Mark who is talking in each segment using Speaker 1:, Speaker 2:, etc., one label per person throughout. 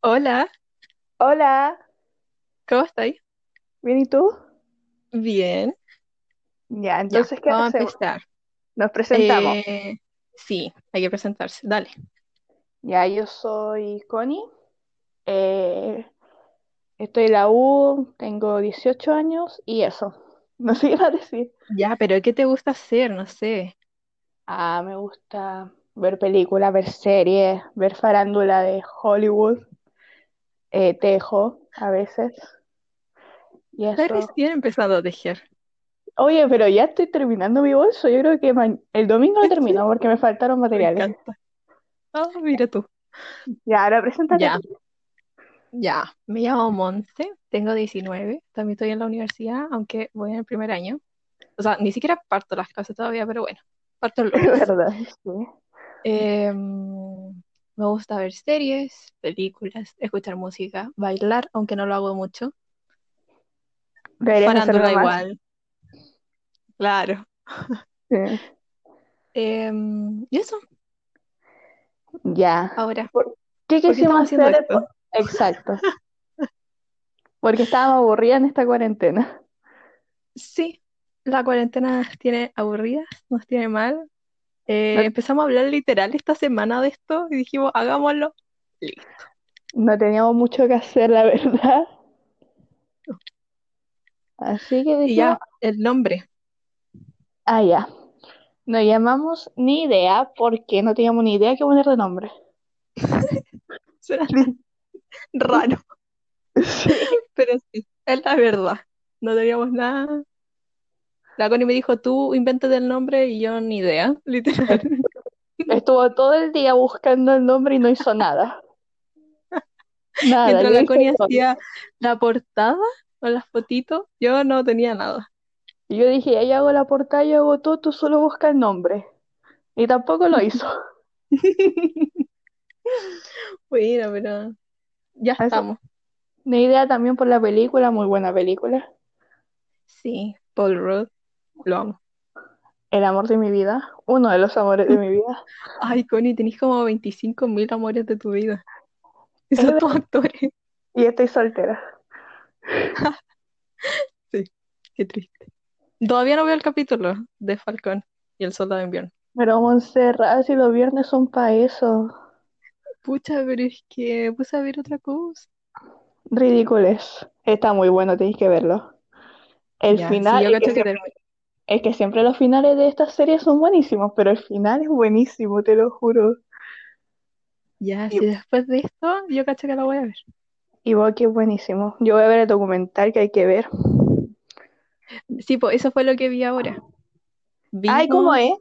Speaker 1: Hola,
Speaker 2: Hola,
Speaker 1: ¿cómo estáis?
Speaker 2: ¿bien y tú?
Speaker 1: Bien,
Speaker 2: Ya,
Speaker 1: ya,
Speaker 2: entonces, ¿qué
Speaker 1: vamos a
Speaker 2: hacemos?
Speaker 1: empezar.
Speaker 2: Nos presentamos.
Speaker 1: Eh, sí, hay que presentarse, dale.
Speaker 2: Ya, yo soy Connie, eh, estoy en la U, tengo 18 años y eso. No sé qué más decir.
Speaker 1: Ya, pero ¿qué te gusta hacer? No sé.
Speaker 2: Ah, me gusta ver películas, ver series, ver farándula de Hollywood, eh, tejo a veces y
Speaker 1: Estás
Speaker 2: eso.
Speaker 1: recién empezando a tejer.
Speaker 2: Oye, pero ya estoy terminando mi bolso. Yo creo que ma- el domingo lo
Speaker 1: ¿En
Speaker 2: termino
Speaker 1: serio?
Speaker 2: porque me faltaron
Speaker 1: Me
Speaker 2: materiales.
Speaker 1: encanta. Ah, mira tú.
Speaker 2: Ya, ahora preséntate
Speaker 1: Ya,
Speaker 2: tú.
Speaker 1: ya. Me llamo Monse, tengo 19, también estoy en la universidad, aunque voy en el primer año. O sea, ni siquiera parto las clases todavía, pero bueno, parto el
Speaker 2: Es
Speaker 1: lunes.
Speaker 2: verdad, sí.
Speaker 1: Em, me gusta ver series, películas, escuchar música, bailar, aunque no lo hago mucho.
Speaker 2: Deberías hacerlo
Speaker 1: Farándula
Speaker 2: más.
Speaker 1: igual, claro.
Speaker 2: Sí.
Speaker 1: Em, y eso,
Speaker 2: Ya.
Speaker 1: ahora,
Speaker 2: ¿Por qué
Speaker 1: ¿por qué
Speaker 2: quisimos
Speaker 1: estamos haciendo
Speaker 2: hacer? el po-
Speaker 1: esto?
Speaker 2: Exacto. Porque estábamos aburridas en esta cuarentena.
Speaker 1: Sí, la cuarentena nos tiene aburridas, nos tiene mal. Eh,
Speaker 2: No,
Speaker 1: empezamos a hablar literal esta semana de esto y dijimos, hagámoslo. Listo.
Speaker 2: no teníamos mucho que hacer, la verdad. Así que
Speaker 1: Y
Speaker 2: dijimos,
Speaker 1: ya, el nombre.
Speaker 2: ah, ya. Nos llamamos Ni Idea porque no teníamos ni idea qué ponerle nombre.
Speaker 1: Suena
Speaker 2: Li-
Speaker 1: raro,
Speaker 2: Sí.
Speaker 1: pero sí, es la verdad. No teníamos nada. La Connie me dijo, tú invéntate el nombre y yo ni idea, literal.
Speaker 2: Estuvo todo el día buscando el nombre y no hizo nada. Nada,
Speaker 1: Mientras
Speaker 2: yo
Speaker 1: la
Speaker 2: hice
Speaker 1: Connie
Speaker 2: todo.
Speaker 1: hacía la portada con las fotitos, yo no tenía nada.
Speaker 2: Y yo dije, ahí hago la portada, yo hago todo, tú solo busca el nombre. Y tampoco lo hizo.
Speaker 1: Bueno, pero ya
Speaker 2: Así,
Speaker 1: estamos.
Speaker 2: Ni idea también por la película, muy buena película.
Speaker 1: Sí, Paul Rudd, lo amo.
Speaker 2: El amor de mi vida, uno de los amores de mi vida.
Speaker 1: Ay, Connie, tenés como 25 mil amores de tu vida. Y
Speaker 2: Es
Speaker 1: son
Speaker 2: verdad,
Speaker 1: todos actores.
Speaker 2: Y estoy soltera.
Speaker 1: Sí, qué triste. Todavía no veo el capítulo de Falcón y el Soldado de Invierno.
Speaker 2: Pero Montserrat, si los viernes son para eso.
Speaker 1: Pucha, pero es que puse a ver otra cosa.
Speaker 2: Ridículos. Está muy bueno, tenéis que verlo. El
Speaker 1: Ya, sí,
Speaker 2: final
Speaker 1: yo
Speaker 2: es que
Speaker 1: cacho que
Speaker 2: siempre,
Speaker 1: terminé.
Speaker 2: es que siempre los finales de estas series son buenísimos, pero el final es buenísimo, te lo juro.
Speaker 1: Ya,
Speaker 2: Y,
Speaker 1: sí, después de esto, yo cacho que la voy a ver.
Speaker 2: y vos, que es buenísimo. Yo voy a ver el documental que hay que ver.
Speaker 1: Sí, pues eso fue lo que vi ahora.
Speaker 2: Ay, ¿cómo es?
Speaker 1: Vimos,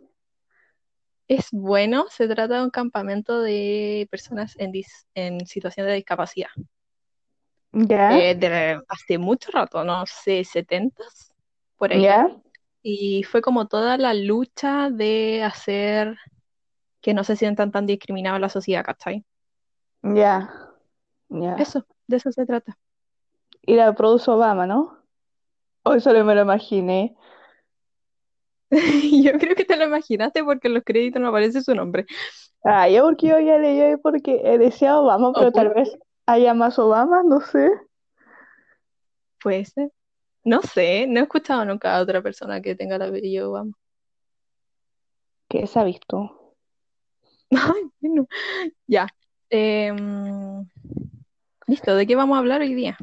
Speaker 1: es bueno, se trata de un campamento de personas en, dis- en situación de discapacidad.
Speaker 2: ¿Ya?
Speaker 1: Eh, de hace mucho rato, no sé, 70s, por ahí.
Speaker 2: ¿Ya?
Speaker 1: Y fue como toda la lucha de hacer que no se sientan tan discriminados en la sociedad, ¿cachai?
Speaker 2: Ya. Ya.
Speaker 1: Eso, de eso se trata.
Speaker 2: Y la produce Obama, ¿no? Hoy solo me lo imaginé.
Speaker 1: Yo creo que te lo imaginaste porque en los créditos no aparece su nombre.
Speaker 2: Ah, yo porque yo ya leí ahí porque eh, decía Obama,
Speaker 1: ¿O
Speaker 2: pero tal
Speaker 1: pu-
Speaker 2: vez haya más Obama, no sé.
Speaker 1: puede ser? No sé, no he escuchado nunca a otra persona que tenga el apellido Obama.
Speaker 2: ¿Qué se ha visto?
Speaker 1: Ay, bueno, ya. Em, listo, ¿de qué vamos a hablar hoy día?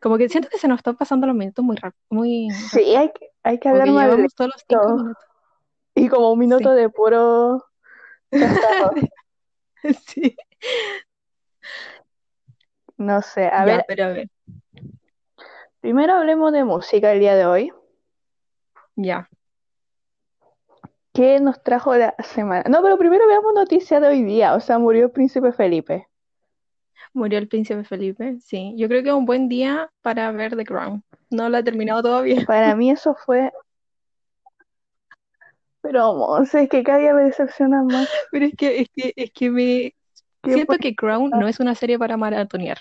Speaker 1: Como que siento que se nos están pasando los minutos muy rápido, muy
Speaker 2: Sí,
Speaker 1: rápido.
Speaker 2: hay que, hay que
Speaker 1: Como
Speaker 2: hablar
Speaker 1: que
Speaker 2: más
Speaker 1: llevamos solo cinco
Speaker 2: lento.
Speaker 1: minutos.
Speaker 2: Y como un minuto
Speaker 1: Sí.
Speaker 2: de puro chascarro.
Speaker 1: Sí.
Speaker 2: No sé,
Speaker 1: Ya,
Speaker 2: a ver,
Speaker 1: pero a ver.
Speaker 2: primero hablemos de música el día de hoy.
Speaker 1: Ya.
Speaker 2: ¿Qué nos trajo la semana? No, pero primero veamos noticias de hoy día. O sea, murió el príncipe Felipe.
Speaker 1: Murió el príncipe Felipe. Sí. Yo creo que es un buen día para ver The Crown. No la he terminado todavía.
Speaker 2: Para mí eso fue, pero Monse, es que cada día me decepcionan más.
Speaker 1: Pero es que, es que, es que me
Speaker 2: ¿Qué fue?
Speaker 1: siento que Crown no es una serie para maratonear.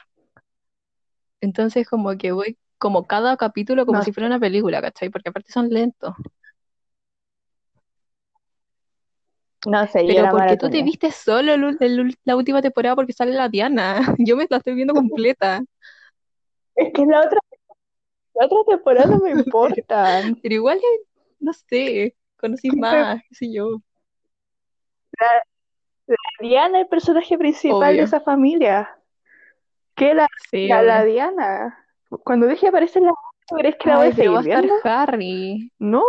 Speaker 1: Entonces como que voy como cada capítulo como
Speaker 2: No
Speaker 1: si fuera una película, ¿cachai? Porque aparte son lentos.
Speaker 2: No sé, yo
Speaker 1: Pero
Speaker 2: era
Speaker 1: porque tú te
Speaker 2: maratonera.
Speaker 1: viste solo el ul- el ul- la última temporada porque sale la Diana. Yo me la estoy viendo completa.
Speaker 2: Es que la otra, la otra temporada no me importa.
Speaker 1: Pero igual, eh, no sé, conocí más, qué sé yo.
Speaker 2: Diana es el personaje principal de
Speaker 1: Obvio.
Speaker 2: esa familia. ¿Qué la,
Speaker 1: Sí,
Speaker 2: la, la
Speaker 1: obvio.
Speaker 2: Diana? Cuando dije aparece la ¿crees que la voy
Speaker 1: Ay,
Speaker 2: a
Speaker 1: pero
Speaker 2: seguir
Speaker 1: va a estar
Speaker 2: viendo?
Speaker 1: Harry.
Speaker 2: No.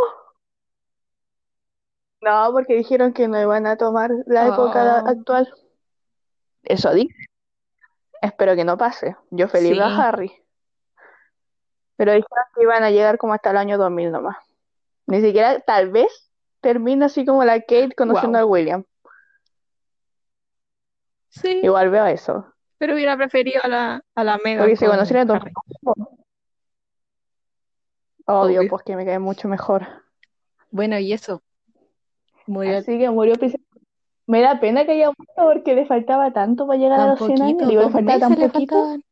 Speaker 2: No, porque dijeron que no iban a tomar la época da-
Speaker 1: Ah,
Speaker 2: actual. Oh. Eso dije. Espero que no pase. Yo feliz a
Speaker 1: sí.
Speaker 2: Harry. Pero dijeron que iban a llegar como hasta el año 2000 nomás. Ni siquiera, tal vez, termina así como la Kate conociendo
Speaker 1: Wow.
Speaker 2: a William.
Speaker 1: Sí,
Speaker 2: Igual veo eso.
Speaker 1: pero hubiera preferido a la, a la Megan
Speaker 2: Porque si
Speaker 1: con
Speaker 2: conociera a Tom
Speaker 1: Harry,
Speaker 2: Obvio,
Speaker 1: obvio.
Speaker 2: pues que me cae mucho mejor.
Speaker 1: Bueno, y eso, murió
Speaker 2: Así que murió Pris- Me da pena que haya muerto porque le faltaba tanto para llegar a
Speaker 1: tan
Speaker 2: los 100 años.
Speaker 1: poquito,
Speaker 2: Digo, le
Speaker 1: dos meses
Speaker 2: faltaba tan
Speaker 1: le
Speaker 2: poquito.
Speaker 1: faltaban.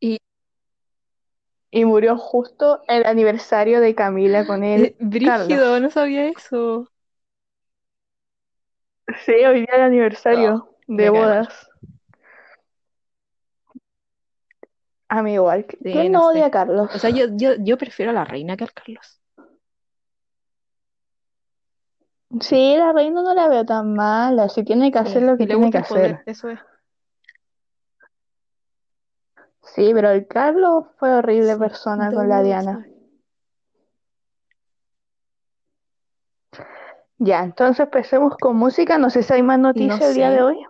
Speaker 1: Y
Speaker 2: Y murió justo el aniversario de Camila con
Speaker 1: eh,
Speaker 2: el Carlos.
Speaker 1: brígido, no sabía eso.
Speaker 2: Sí, hoy día el
Speaker 1: Ah,
Speaker 2: aniversario de
Speaker 1: me cae mal.
Speaker 2: bodas. A mí igual.
Speaker 1: Sí,
Speaker 2: ¿Quién
Speaker 1: no
Speaker 2: no odia
Speaker 1: sé.
Speaker 2: a Carlos?
Speaker 1: O sea, yo, yo, yo prefiero a la reina que al Carlos.
Speaker 2: Sí, la reina no la veo tan mala. Si tiene que hacer
Speaker 1: Sí,
Speaker 2: lo
Speaker 1: si
Speaker 2: que
Speaker 1: le
Speaker 2: tiene
Speaker 1: gusta
Speaker 2: que
Speaker 1: el poder,
Speaker 2: hacer.
Speaker 1: eso es.
Speaker 2: Sí, pero el Carlos fue horrible
Speaker 1: Sí,
Speaker 2: persona con la
Speaker 1: doloroso.
Speaker 2: Diana. Ya, entonces empecemos con música. No sé si hay más
Speaker 1: No
Speaker 2: noticias el día de
Speaker 1: sé.
Speaker 2: hoy.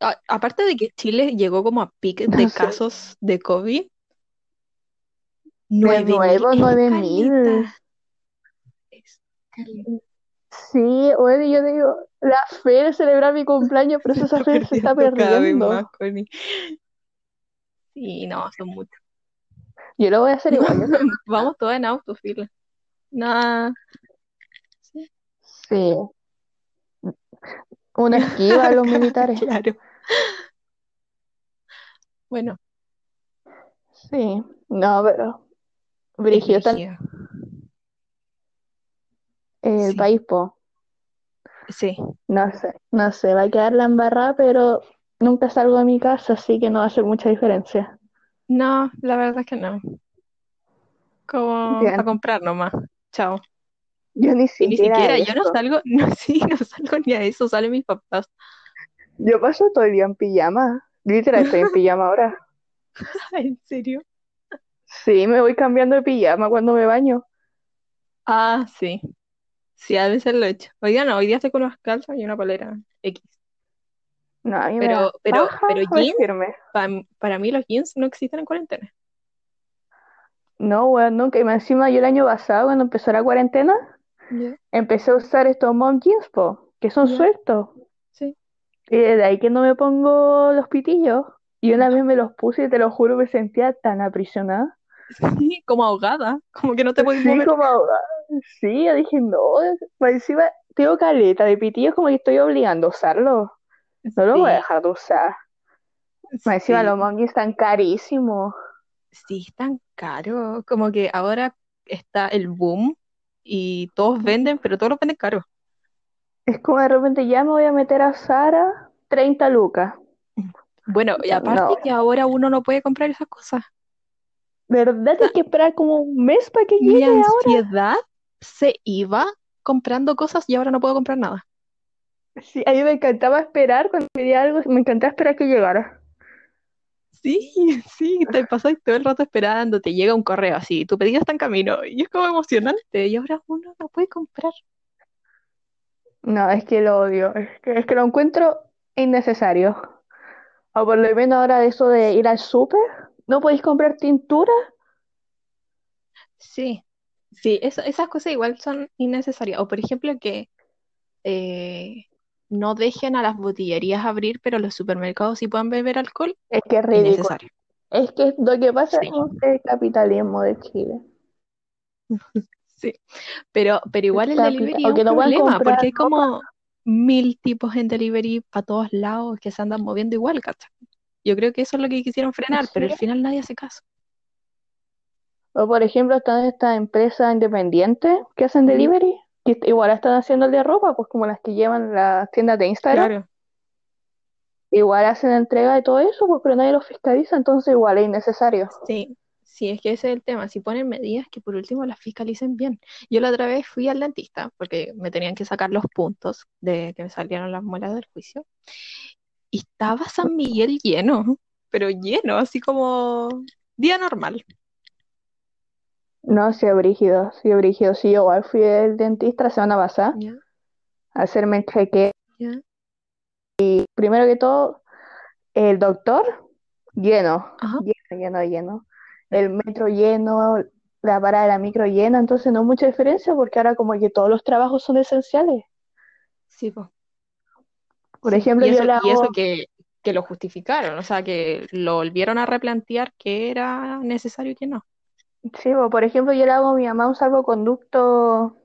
Speaker 1: A- aparte de que Chile llegó como a pique
Speaker 2: No
Speaker 1: de
Speaker 2: sé.
Speaker 1: casos de COVID,
Speaker 2: De
Speaker 1: 9.000
Speaker 2: nuevo,
Speaker 1: es
Speaker 2: 9000.
Speaker 1: caleta. Es caleta.
Speaker 2: Sí, oye, yo digo, la fe de celebrar mi cumpleaños, pero
Speaker 1: Se
Speaker 2: esa
Speaker 1: está
Speaker 2: fe se está
Speaker 1: perdiendo cada vez más,
Speaker 2: perdiendo.
Speaker 1: Connie. Sí, no, son muchos.
Speaker 2: Yo lo voy a hacer igual, yo creo.
Speaker 1: Vamos todas en auto, fila. Nah. Sí.
Speaker 2: Sí, una esquiva a los militares.
Speaker 1: Claro. Bueno,
Speaker 2: Sí, no, pero
Speaker 1: es
Speaker 2: Brigitte está
Speaker 1: brígido.
Speaker 2: en el
Speaker 1: Sí,
Speaker 2: país, po.
Speaker 1: sí.
Speaker 2: No sé, no sé, va a quedar la embarrada, pero nunca salgo de mi casa, así que no va a hacer mucha diferencia.
Speaker 1: No, la verdad es que no. Como
Speaker 2: Ya,
Speaker 1: a comprar nomás. Chao.
Speaker 2: yo ni
Speaker 1: Y ni
Speaker 2: siquiera
Speaker 1: siquiera, yo no
Speaker 2: eso.
Speaker 1: salgo, no, sí, no salgo ni a eso, salen mis papás.
Speaker 2: Yo paso todo el día en pijama. Literal, estoy en pijama ahora.
Speaker 1: Ah, ¿En serio?
Speaker 2: Sí, me voy cambiando de pijama cuando me baño.
Speaker 1: Ah, sí, sí, a veces lo he hecho. Hoy día no, hoy día estoy con unas calzas y una polera X.
Speaker 2: No, a mí me
Speaker 1: Pero,
Speaker 2: da
Speaker 1: pero,
Speaker 2: paja
Speaker 1: pero jeans,
Speaker 2: vestirme.
Speaker 1: pa- para mí los jeans no existen en cuarentena.
Speaker 2: No, weón, nunca. Y más encima yo el año pasado, cuando empezó la cuarentena,
Speaker 1: Ya,
Speaker 2: empecé a usar estos mom jeans, po, que son
Speaker 1: ya,
Speaker 2: sueltos.
Speaker 1: sí.
Speaker 2: Y de ahí que no me pongo los pitillos. Y una
Speaker 1: No.
Speaker 2: vez me los puse y te lo juro, me sentía tan aprisionada.
Speaker 1: Sí, como ahogada, como que no te podéis
Speaker 2: Sí,
Speaker 1: mover.
Speaker 2: como, ahogada. sí, yo dije, no, más encima tengo caleta de pitillos como que estoy obligando a usarlo. No lo voy
Speaker 1: Sí,
Speaker 2: a dejar de usar. Más encima los
Speaker 1: sí,
Speaker 2: mom jeans están carísimos.
Speaker 1: sí, es tan caro. Como que ahora está el boom y todos venden, pero todos los venden caros.
Speaker 2: Es como de repente ya me voy a meter a Zara, 30 lucas.
Speaker 1: Bueno, y aparte
Speaker 2: No,
Speaker 1: que ahora uno no puede comprar esas cosas.
Speaker 2: ¿verdad? Hay que esperar como un mes para que
Speaker 1: Mi
Speaker 2: llegue ahora.
Speaker 1: ansiedad se iba comprando cosas y ahora no puedo comprar nada.
Speaker 2: Sí, a mí me encantaba esperar cuando pedía algo, me encantaba esperar que llegara.
Speaker 1: Sí, sí, te pasas todo el rato esperando, te llega un correo así, tu pedido está en camino y es como emocionante y ahora uno no puede comprar.
Speaker 2: No, es que lo odio, es que, es que lo encuentro innecesario. O por lo menos ahora de eso de ir al súper, ¿no podéis comprar tintura?
Speaker 1: Sí, sí, eso- esas cosas igual son innecesarias. O por ejemplo que eh, no dejen a las botillerías abrir, pero los supermercados sí puedan beber alcohol,
Speaker 2: Es que es ridículo.
Speaker 1: innecesario.
Speaker 2: Es que es lo que pasa
Speaker 1: Sí,
Speaker 2: con el capitalismo de Chile.
Speaker 1: sí. Pero, pero
Speaker 2: El
Speaker 1: igual el
Speaker 2: capital,
Speaker 1: delivery
Speaker 2: o
Speaker 1: es un
Speaker 2: que no puedan
Speaker 1: problema,
Speaker 2: comprar
Speaker 1: porque hay
Speaker 2: ropa.
Speaker 1: como mil tipos en delivery para todos lados que se andan moviendo igual, ¿cachai? Yo creo que eso es lo que quisieron frenar, pero
Speaker 2: Sí.
Speaker 1: al final nadie hace caso.
Speaker 2: O por ejemplo, están estas empresas independientes que hacen
Speaker 1: Ujú.
Speaker 2: delivery. Que igual están haciendo el de ropa, pues como las que llevan las tiendas de Instagram.
Speaker 1: Claro.
Speaker 2: Igual hacen entrega de todo eso, pues, pero nadie los fiscaliza, entonces igual es innecesario.
Speaker 1: Sí, sí, es que ese es el tema. Si ponen medidas que por último las fiscalicen bien. Yo la otra vez fui al dentista porque me tenían que sacar los puntos de que me salieron las muelas del juicio. Y estaba San Miguel lleno, pero lleno, así como día normal.
Speaker 2: No, sí, brígido, sí, brígido. Sí, yo igual fui al dentista la semana pasada
Speaker 1: Ya,
Speaker 2: a hacerme el chequeo.
Speaker 1: ya.
Speaker 2: Primero que todo, el doctor lleno,
Speaker 1: Ajá.
Speaker 2: lleno, lleno, lleno. El metro lleno, la parada de la micro llena, entonces no hay mucha diferencia porque ahora como que todos los trabajos son esenciales.
Speaker 1: Sí,
Speaker 2: pues,
Speaker 1: po.
Speaker 2: Por
Speaker 1: Sí,
Speaker 2: ejemplo,
Speaker 1: y
Speaker 2: yo
Speaker 1: eso,
Speaker 2: la
Speaker 1: y eso
Speaker 2: hago-
Speaker 1: que, que lo justificaron, o sea, que lo volvieron a replantear que era necesario y que no.
Speaker 2: sí, po, por ejemplo, yo le hago a mi mamá un salvoconducto,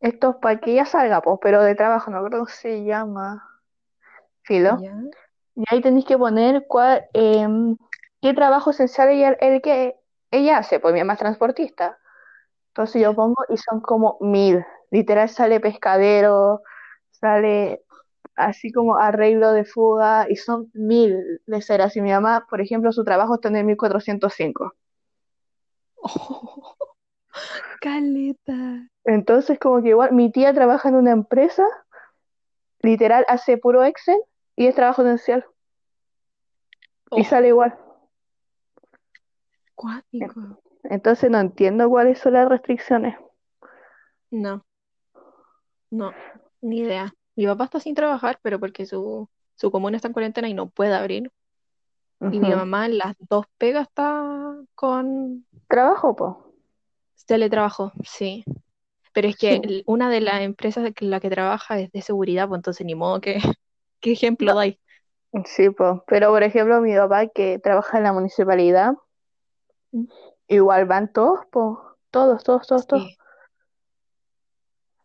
Speaker 2: estos para que ella salga, pues, pero de trabajo, no creo que se llama. Filo.
Speaker 1: Ya,
Speaker 2: Y ahí tenéis que poner cuál, em, qué trabajo esencial ella, el que ella hace, pues mi mamá es transportista. Entonces yo
Speaker 1: ya.
Speaker 2: pongo y son como mil. Literal sale pescadero, sale así como arreglo de fuga y son mil leceras. Y mi mamá, por ejemplo, su trabajo está en el 1405.
Speaker 1: Oh, caleta.
Speaker 2: Entonces como que igual mi tía trabaja en una empresa, literal hace puro Excel y es trabajo esencial y
Speaker 1: Oh,
Speaker 2: sale igual.
Speaker 1: cuático.
Speaker 2: Entonces no entiendo cuáles son las restricciones.
Speaker 1: No, no, ni idea. Mi papá está sin trabajar, pero porque su, su comuna está en cuarentena y no puede abrir. Y mi
Speaker 2: Ujú.
Speaker 1: mamá en las dos pegas está con
Speaker 2: Trabajo, po.
Speaker 1: teletrabajo, sí. Pero es
Speaker 2: Sí.
Speaker 1: que l- una de las empresas en la que trabaja es de seguridad, pues entonces ni modo que, ¿qué
Speaker 2: No,
Speaker 1: ejemplo dais?
Speaker 2: sí, po. Pero por ejemplo, mi papá que trabaja en la municipalidad, igual van todos, po. Todos, todos, todos, todos.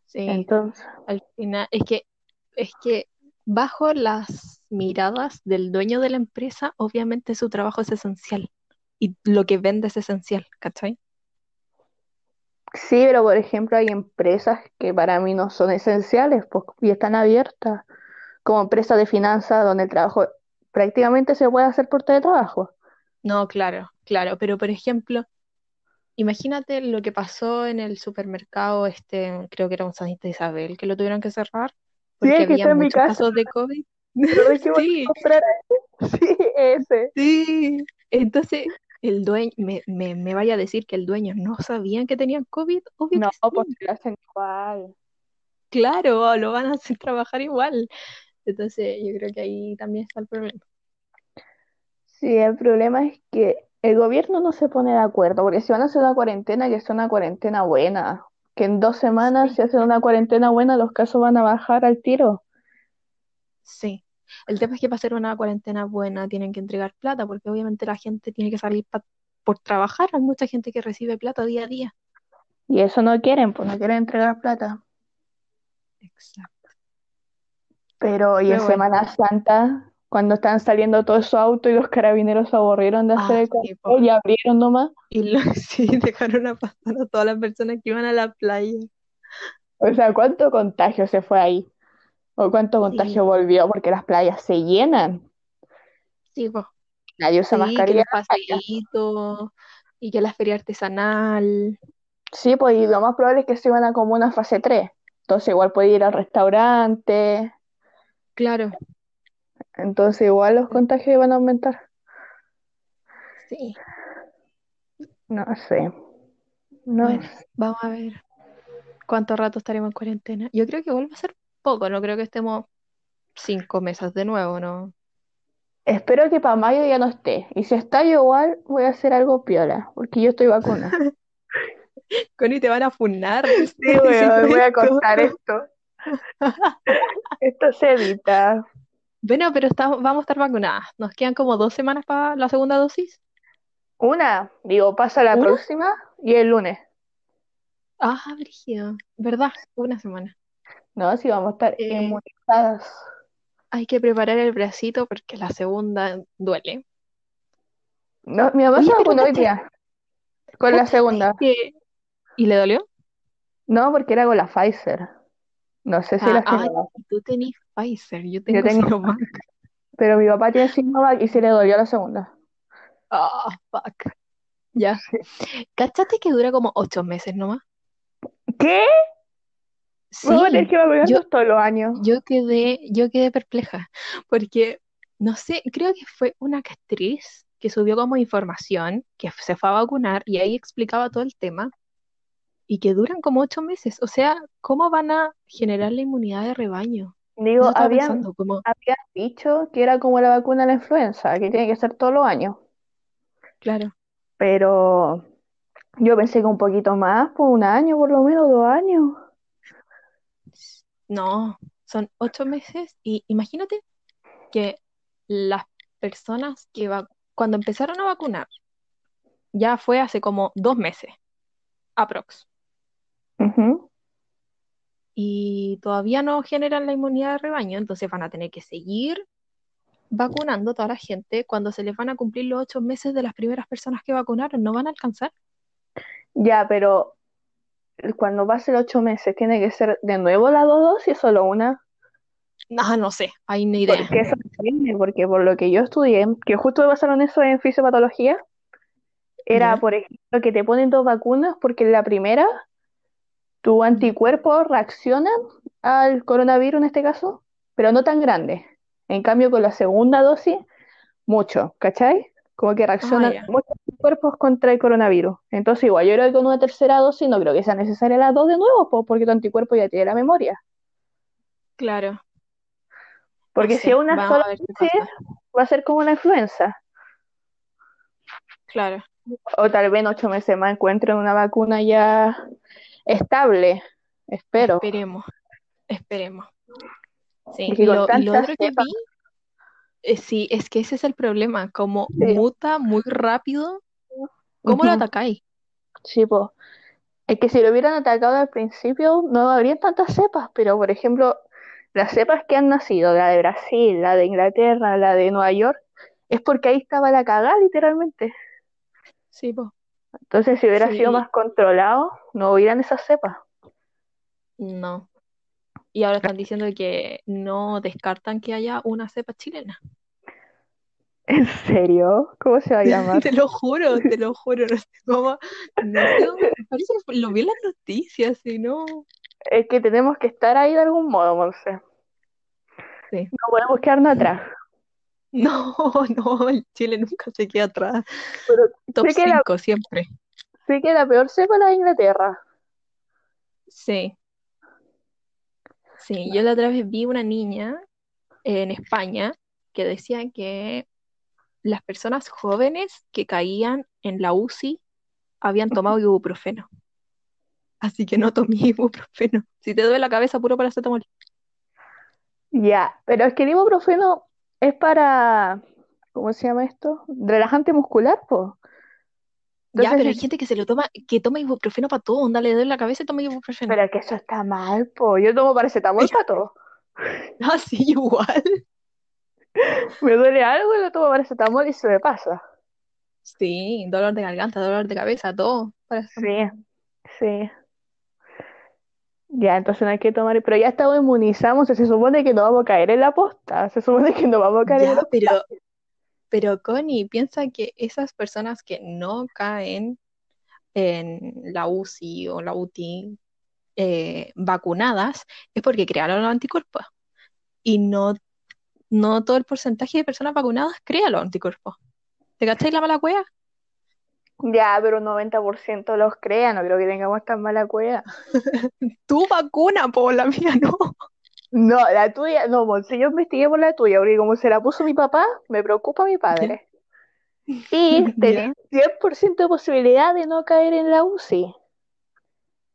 Speaker 1: Sí, sí.
Speaker 2: Entonces,
Speaker 1: Al final, es que, es que bajo las miradas del dueño de la empresa, obviamente su trabajo es esencial y lo que vende es esencial, ¿cachai?
Speaker 2: sí, pero por ejemplo, hay empresas que para mí no son esenciales, pues, y están abiertas, como empresas de finanzas donde el trabajo prácticamente se puede hacer por teletrabajo.
Speaker 1: No, claro, claro, pero por ejemplo, imagínate lo que pasó en el supermercado, este, creo que era un Santa Isabel, que lo tuvieron que cerrar
Speaker 2: Sí,
Speaker 1: porque
Speaker 2: el que
Speaker 1: había
Speaker 2: está en mi
Speaker 1: muchos
Speaker 2: casa,
Speaker 1: casos de COVID.
Speaker 2: lo dijimos que
Speaker 1: Sí,
Speaker 2: comprar ahí. Sí, ese.
Speaker 1: sí. Entonces, el dueño, me, me, me vaya a decir que el dueño no sabían que tenían COVID, obvio
Speaker 2: No,
Speaker 1: que
Speaker 2: pues
Speaker 1: sí.
Speaker 2: se lo hacen igual.
Speaker 1: Claro, lo van a hacer trabajar igual. Entonces, yo creo que ahí también está el problema.
Speaker 2: Sí, el problema es que el gobierno no se pone de acuerdo, porque si van a hacer una cuarentena, que sea una cuarentena buena, que en dos semanas,
Speaker 1: Sí,
Speaker 2: si hacen una cuarentena buena, los casos van a bajar al tiro.
Speaker 1: sí. El tema es que para hacer una cuarentena buena tienen que entregar plata, porque obviamente la gente tiene que salir pa- por trabajar. Hay mucha gente que recibe plata día a día.
Speaker 2: Y eso no quieren, pues no quieren entregar plata.
Speaker 1: Exacto.
Speaker 2: Pero y en
Speaker 1: Pero bueno,
Speaker 2: Semana Santa, cuando están saliendo todos esos autos y los carabineros se aburrieron de hacer
Speaker 1: ah,
Speaker 2: el
Speaker 1: sí, po.
Speaker 2: control y abrieron nomás,
Speaker 1: Y lo, sí, dejaron a pasar a todas las personas que iban a la playa.
Speaker 2: o sea, ¿cuánto contagio se fue ahí? ¿O cuánto
Speaker 1: Sí,
Speaker 2: contagio volvió? Porque las playas se llenan.
Speaker 1: sí, po.
Speaker 2: Nadie
Speaker 1: Sí,
Speaker 2: usa
Speaker 1: que
Speaker 2: mascarilla
Speaker 1: los
Speaker 2: en las playas.
Speaker 1: paseitos y que la feria artesanal.
Speaker 2: Sí, pues y lo más probable es que se van a como una fase 3. Entonces igual puede ir al restaurante.
Speaker 1: Claro,
Speaker 2: Entonces igual los contagios van a aumentar.
Speaker 1: sí.
Speaker 2: No sé. No
Speaker 1: Bueno,
Speaker 2: sé.
Speaker 1: vamos a ver. ¿Cuánto rato estaremos en cuarentena? Yo creo que igual va a ser poco, no creo que estemos cinco meses de nuevo, ¿no?
Speaker 2: Espero que para mayo ya no esté. Y si está yo igual voy a hacer algo piola, porque yo estoy vacuna.
Speaker 1: Connie, te van a funar
Speaker 2: Sí,
Speaker 1: si
Speaker 2: weón,
Speaker 1: hiciste
Speaker 2: voy a
Speaker 1: esto.
Speaker 2: cortar esto. Esto se evita.
Speaker 1: Bueno, pero está- vamos a estar vacunadas. Nos quedan como dos semanas para la segunda dosis.
Speaker 2: Una, digo, pasa la
Speaker 1: ¿Una?
Speaker 2: próxima y el lunes.
Speaker 1: Ah, brígido. ¿Verdad? Una semana.
Speaker 2: No, si vamos a estar
Speaker 1: Eh,
Speaker 2: inmunizadas.
Speaker 1: hay que preparar el bracito porque la segunda duele.
Speaker 2: No, mi mamá se
Speaker 1: Oye, pero
Speaker 2: vacunó hoy
Speaker 1: ¿cachai?
Speaker 2: día con la
Speaker 1: ¿Vos cachai
Speaker 2: segunda.
Speaker 1: que... ¿Y le dolió?
Speaker 2: No, porque era con la Pfizer. No sé si
Speaker 1: Ah,
Speaker 2: la
Speaker 1: ay,
Speaker 2: Sinovac.
Speaker 1: tú tenés Pfizer, yo tengo
Speaker 2: tengo-
Speaker 1: Sinovac.
Speaker 2: Pero mi papá tiene Sinovac y se le dolió la segunda.
Speaker 1: Ah, fuck. Ya. ¿Cachaste que dura como ocho meses nomás?
Speaker 2: ¿Qué?
Speaker 1: Sí,
Speaker 2: Voy a tener que vacunar
Speaker 1: yo,
Speaker 2: todos los años.
Speaker 1: yo quedé, yo quedé perpleja, porque no sé, creo que fue una actriz que subió como información que f- se fue a vacunar y ahí explicaba todo el tema y que duran como ocho meses. O sea, ¿cómo van a generar la inmunidad de rebaño?
Speaker 2: Digo,
Speaker 1: Eso estaba
Speaker 2: habían,
Speaker 1: pensando, como,
Speaker 2: habían dicho que era como la vacuna de la influenza, que tiene que ser todos los años.
Speaker 1: claro,
Speaker 2: Pero yo pensé que un poquito más, por un año, por lo menos dos años.
Speaker 1: no, son ocho meses y imagínate que las personas que va- cuando empezaron a vacunar, ya fue hace como dos meses, aprox.
Speaker 2: Ujú.
Speaker 1: y todavía no generan la inmunidad de rebaño, entonces van a tener que seguir vacunando a toda la gente cuando se les van a cumplir los ocho meses de las primeras personas que vacunaron, no van a alcanzar.
Speaker 2: Ya, pero cuando pase los ocho meses, ¿tiene que ser de nuevo la dos dosis o solo una?
Speaker 1: No, no sé, hay ni idea.
Speaker 2: Porque eso depende, porque por lo que yo estudié, que justo me pasaron eso en fisiopatología, era,
Speaker 1: ¿Ya?
Speaker 2: por ejemplo, que te ponen dos vacunas porque en la primera tu anticuerpo reacciona al coronavirus en este caso, pero no tan grande. En cambio, con la segunda dosis, mucho, ¿cachai? Como que
Speaker 1: Ah,
Speaker 2: reaccionan
Speaker 1: ya.
Speaker 2: muchos cuerpos contra el coronavirus. Entonces, igual, yo creo que con una tercera dosis no creo que sea necesaria las dos de nuevo, po, porque tu anticuerpo ya tiene la memoria.
Speaker 1: Claro, no
Speaker 2: Porque si es
Speaker 1: sé,
Speaker 2: una
Speaker 1: Pues vamos
Speaker 2: sola
Speaker 1: a ver qué
Speaker 2: dosis,
Speaker 1: pasa.
Speaker 2: va a ser como la influenza.
Speaker 1: Claro,
Speaker 2: O tal vez en ocho meses más encuentren una vacuna ya estable, espero.
Speaker 1: esperemos, esperemos. Sí,
Speaker 2: Y que
Speaker 1: y
Speaker 2: con
Speaker 1: lo, y lo
Speaker 2: tantas
Speaker 1: otro que
Speaker 2: cepas,
Speaker 1: vi, eh, sí, es que ese es el problema, como
Speaker 2: sí,
Speaker 1: muta muy rápido, ¿cómo lo
Speaker 2: ujú,
Speaker 1: atacáis?
Speaker 2: sí, po. Es que si lo hubieran atacado al principio, no habría tantas cepas, pero por ejemplo, las cepas que han nacido, la de Brasil, la de Inglaterra, la de Nueva York, es porque ahí estaba la cagada, literalmente.
Speaker 1: Sí, po.
Speaker 2: Entonces, si hubiera
Speaker 1: Sí,
Speaker 2: sido
Speaker 1: y
Speaker 2: más controlado, no hubieran esas cepas.
Speaker 1: no. Y ahora
Speaker 2: Ah.
Speaker 1: están diciendo que no descartan que haya una cepa chilena.
Speaker 2: ¿En serio? ¿Cómo se va a llamar?
Speaker 1: Te lo juro, te lo juro, no sé cómo, no sé dónde, parece que lo vi en las noticias, si no.
Speaker 2: Es que tenemos que estar ahí de algún modo, Monse.
Speaker 1: Sí.
Speaker 2: No podemos quedarnos atrás.
Speaker 1: No, no, el Chile nunca se queda atrás.
Speaker 2: Pero
Speaker 1: Top
Speaker 2: sé que la,
Speaker 1: 5 siempre.
Speaker 2: sé que la peor cepa es la de Inglaterra.
Speaker 1: Sí, sí. Yo la otra vez vi una niña en España que decía que las personas jóvenes que caían en la UCI habían tomado ibuprofeno. Así que no tomé ibuprofeno. Si te duele la cabeza, puro paracetamol.
Speaker 2: Ya, pero es que el ibuprofeno es para, ¿cómo se llama esto? Relajante muscular, po.
Speaker 1: Ya,
Speaker 2: Entonces,
Speaker 1: pero hay
Speaker 2: si-
Speaker 1: gente que se lo toma, que toma ibuprofeno para todo, onda, le duele la cabeza y toma ibuprofeno.
Speaker 2: pero es que eso está mal, po. Yo tomo paracetamol para todo.
Speaker 1: Ah, sí, igual.
Speaker 2: Me duele algo, yo tomo paracetamol y se me pasa.
Speaker 1: Sí, dolor de garganta, dolor de cabeza, todo.
Speaker 2: Sí,
Speaker 1: Paracetamol.
Speaker 2: sí. Ya, entonces no hay que tomar, pero ya estamos inmunizados, se supone que no vamos a caer en la posta, se supone que no vamos a caer en el
Speaker 1: Ya,
Speaker 2: hospital.
Speaker 1: pero, pero Connie, piensa que esas personas que no caen en la UCI o la UTI eh, vacunadas es porque crearon los anticuerpos. Y no, no todo el porcentaje de personas vacunadas crea los anticuerpos. ¿Te cacháis la mala cueva?
Speaker 2: Ya, pero un 90% los crea, no creo que tengamos tan mala cueva.
Speaker 1: Tu vacuna, por la mía no.
Speaker 2: No, la tuya, no, Monse, yo investigué por la tuya, porque como se la puso mi papá, me preocupa mi
Speaker 1: Ya,
Speaker 2: padre. Y tenés
Speaker 1: ya.
Speaker 2: 100% de posibilidad de no caer en la UCI.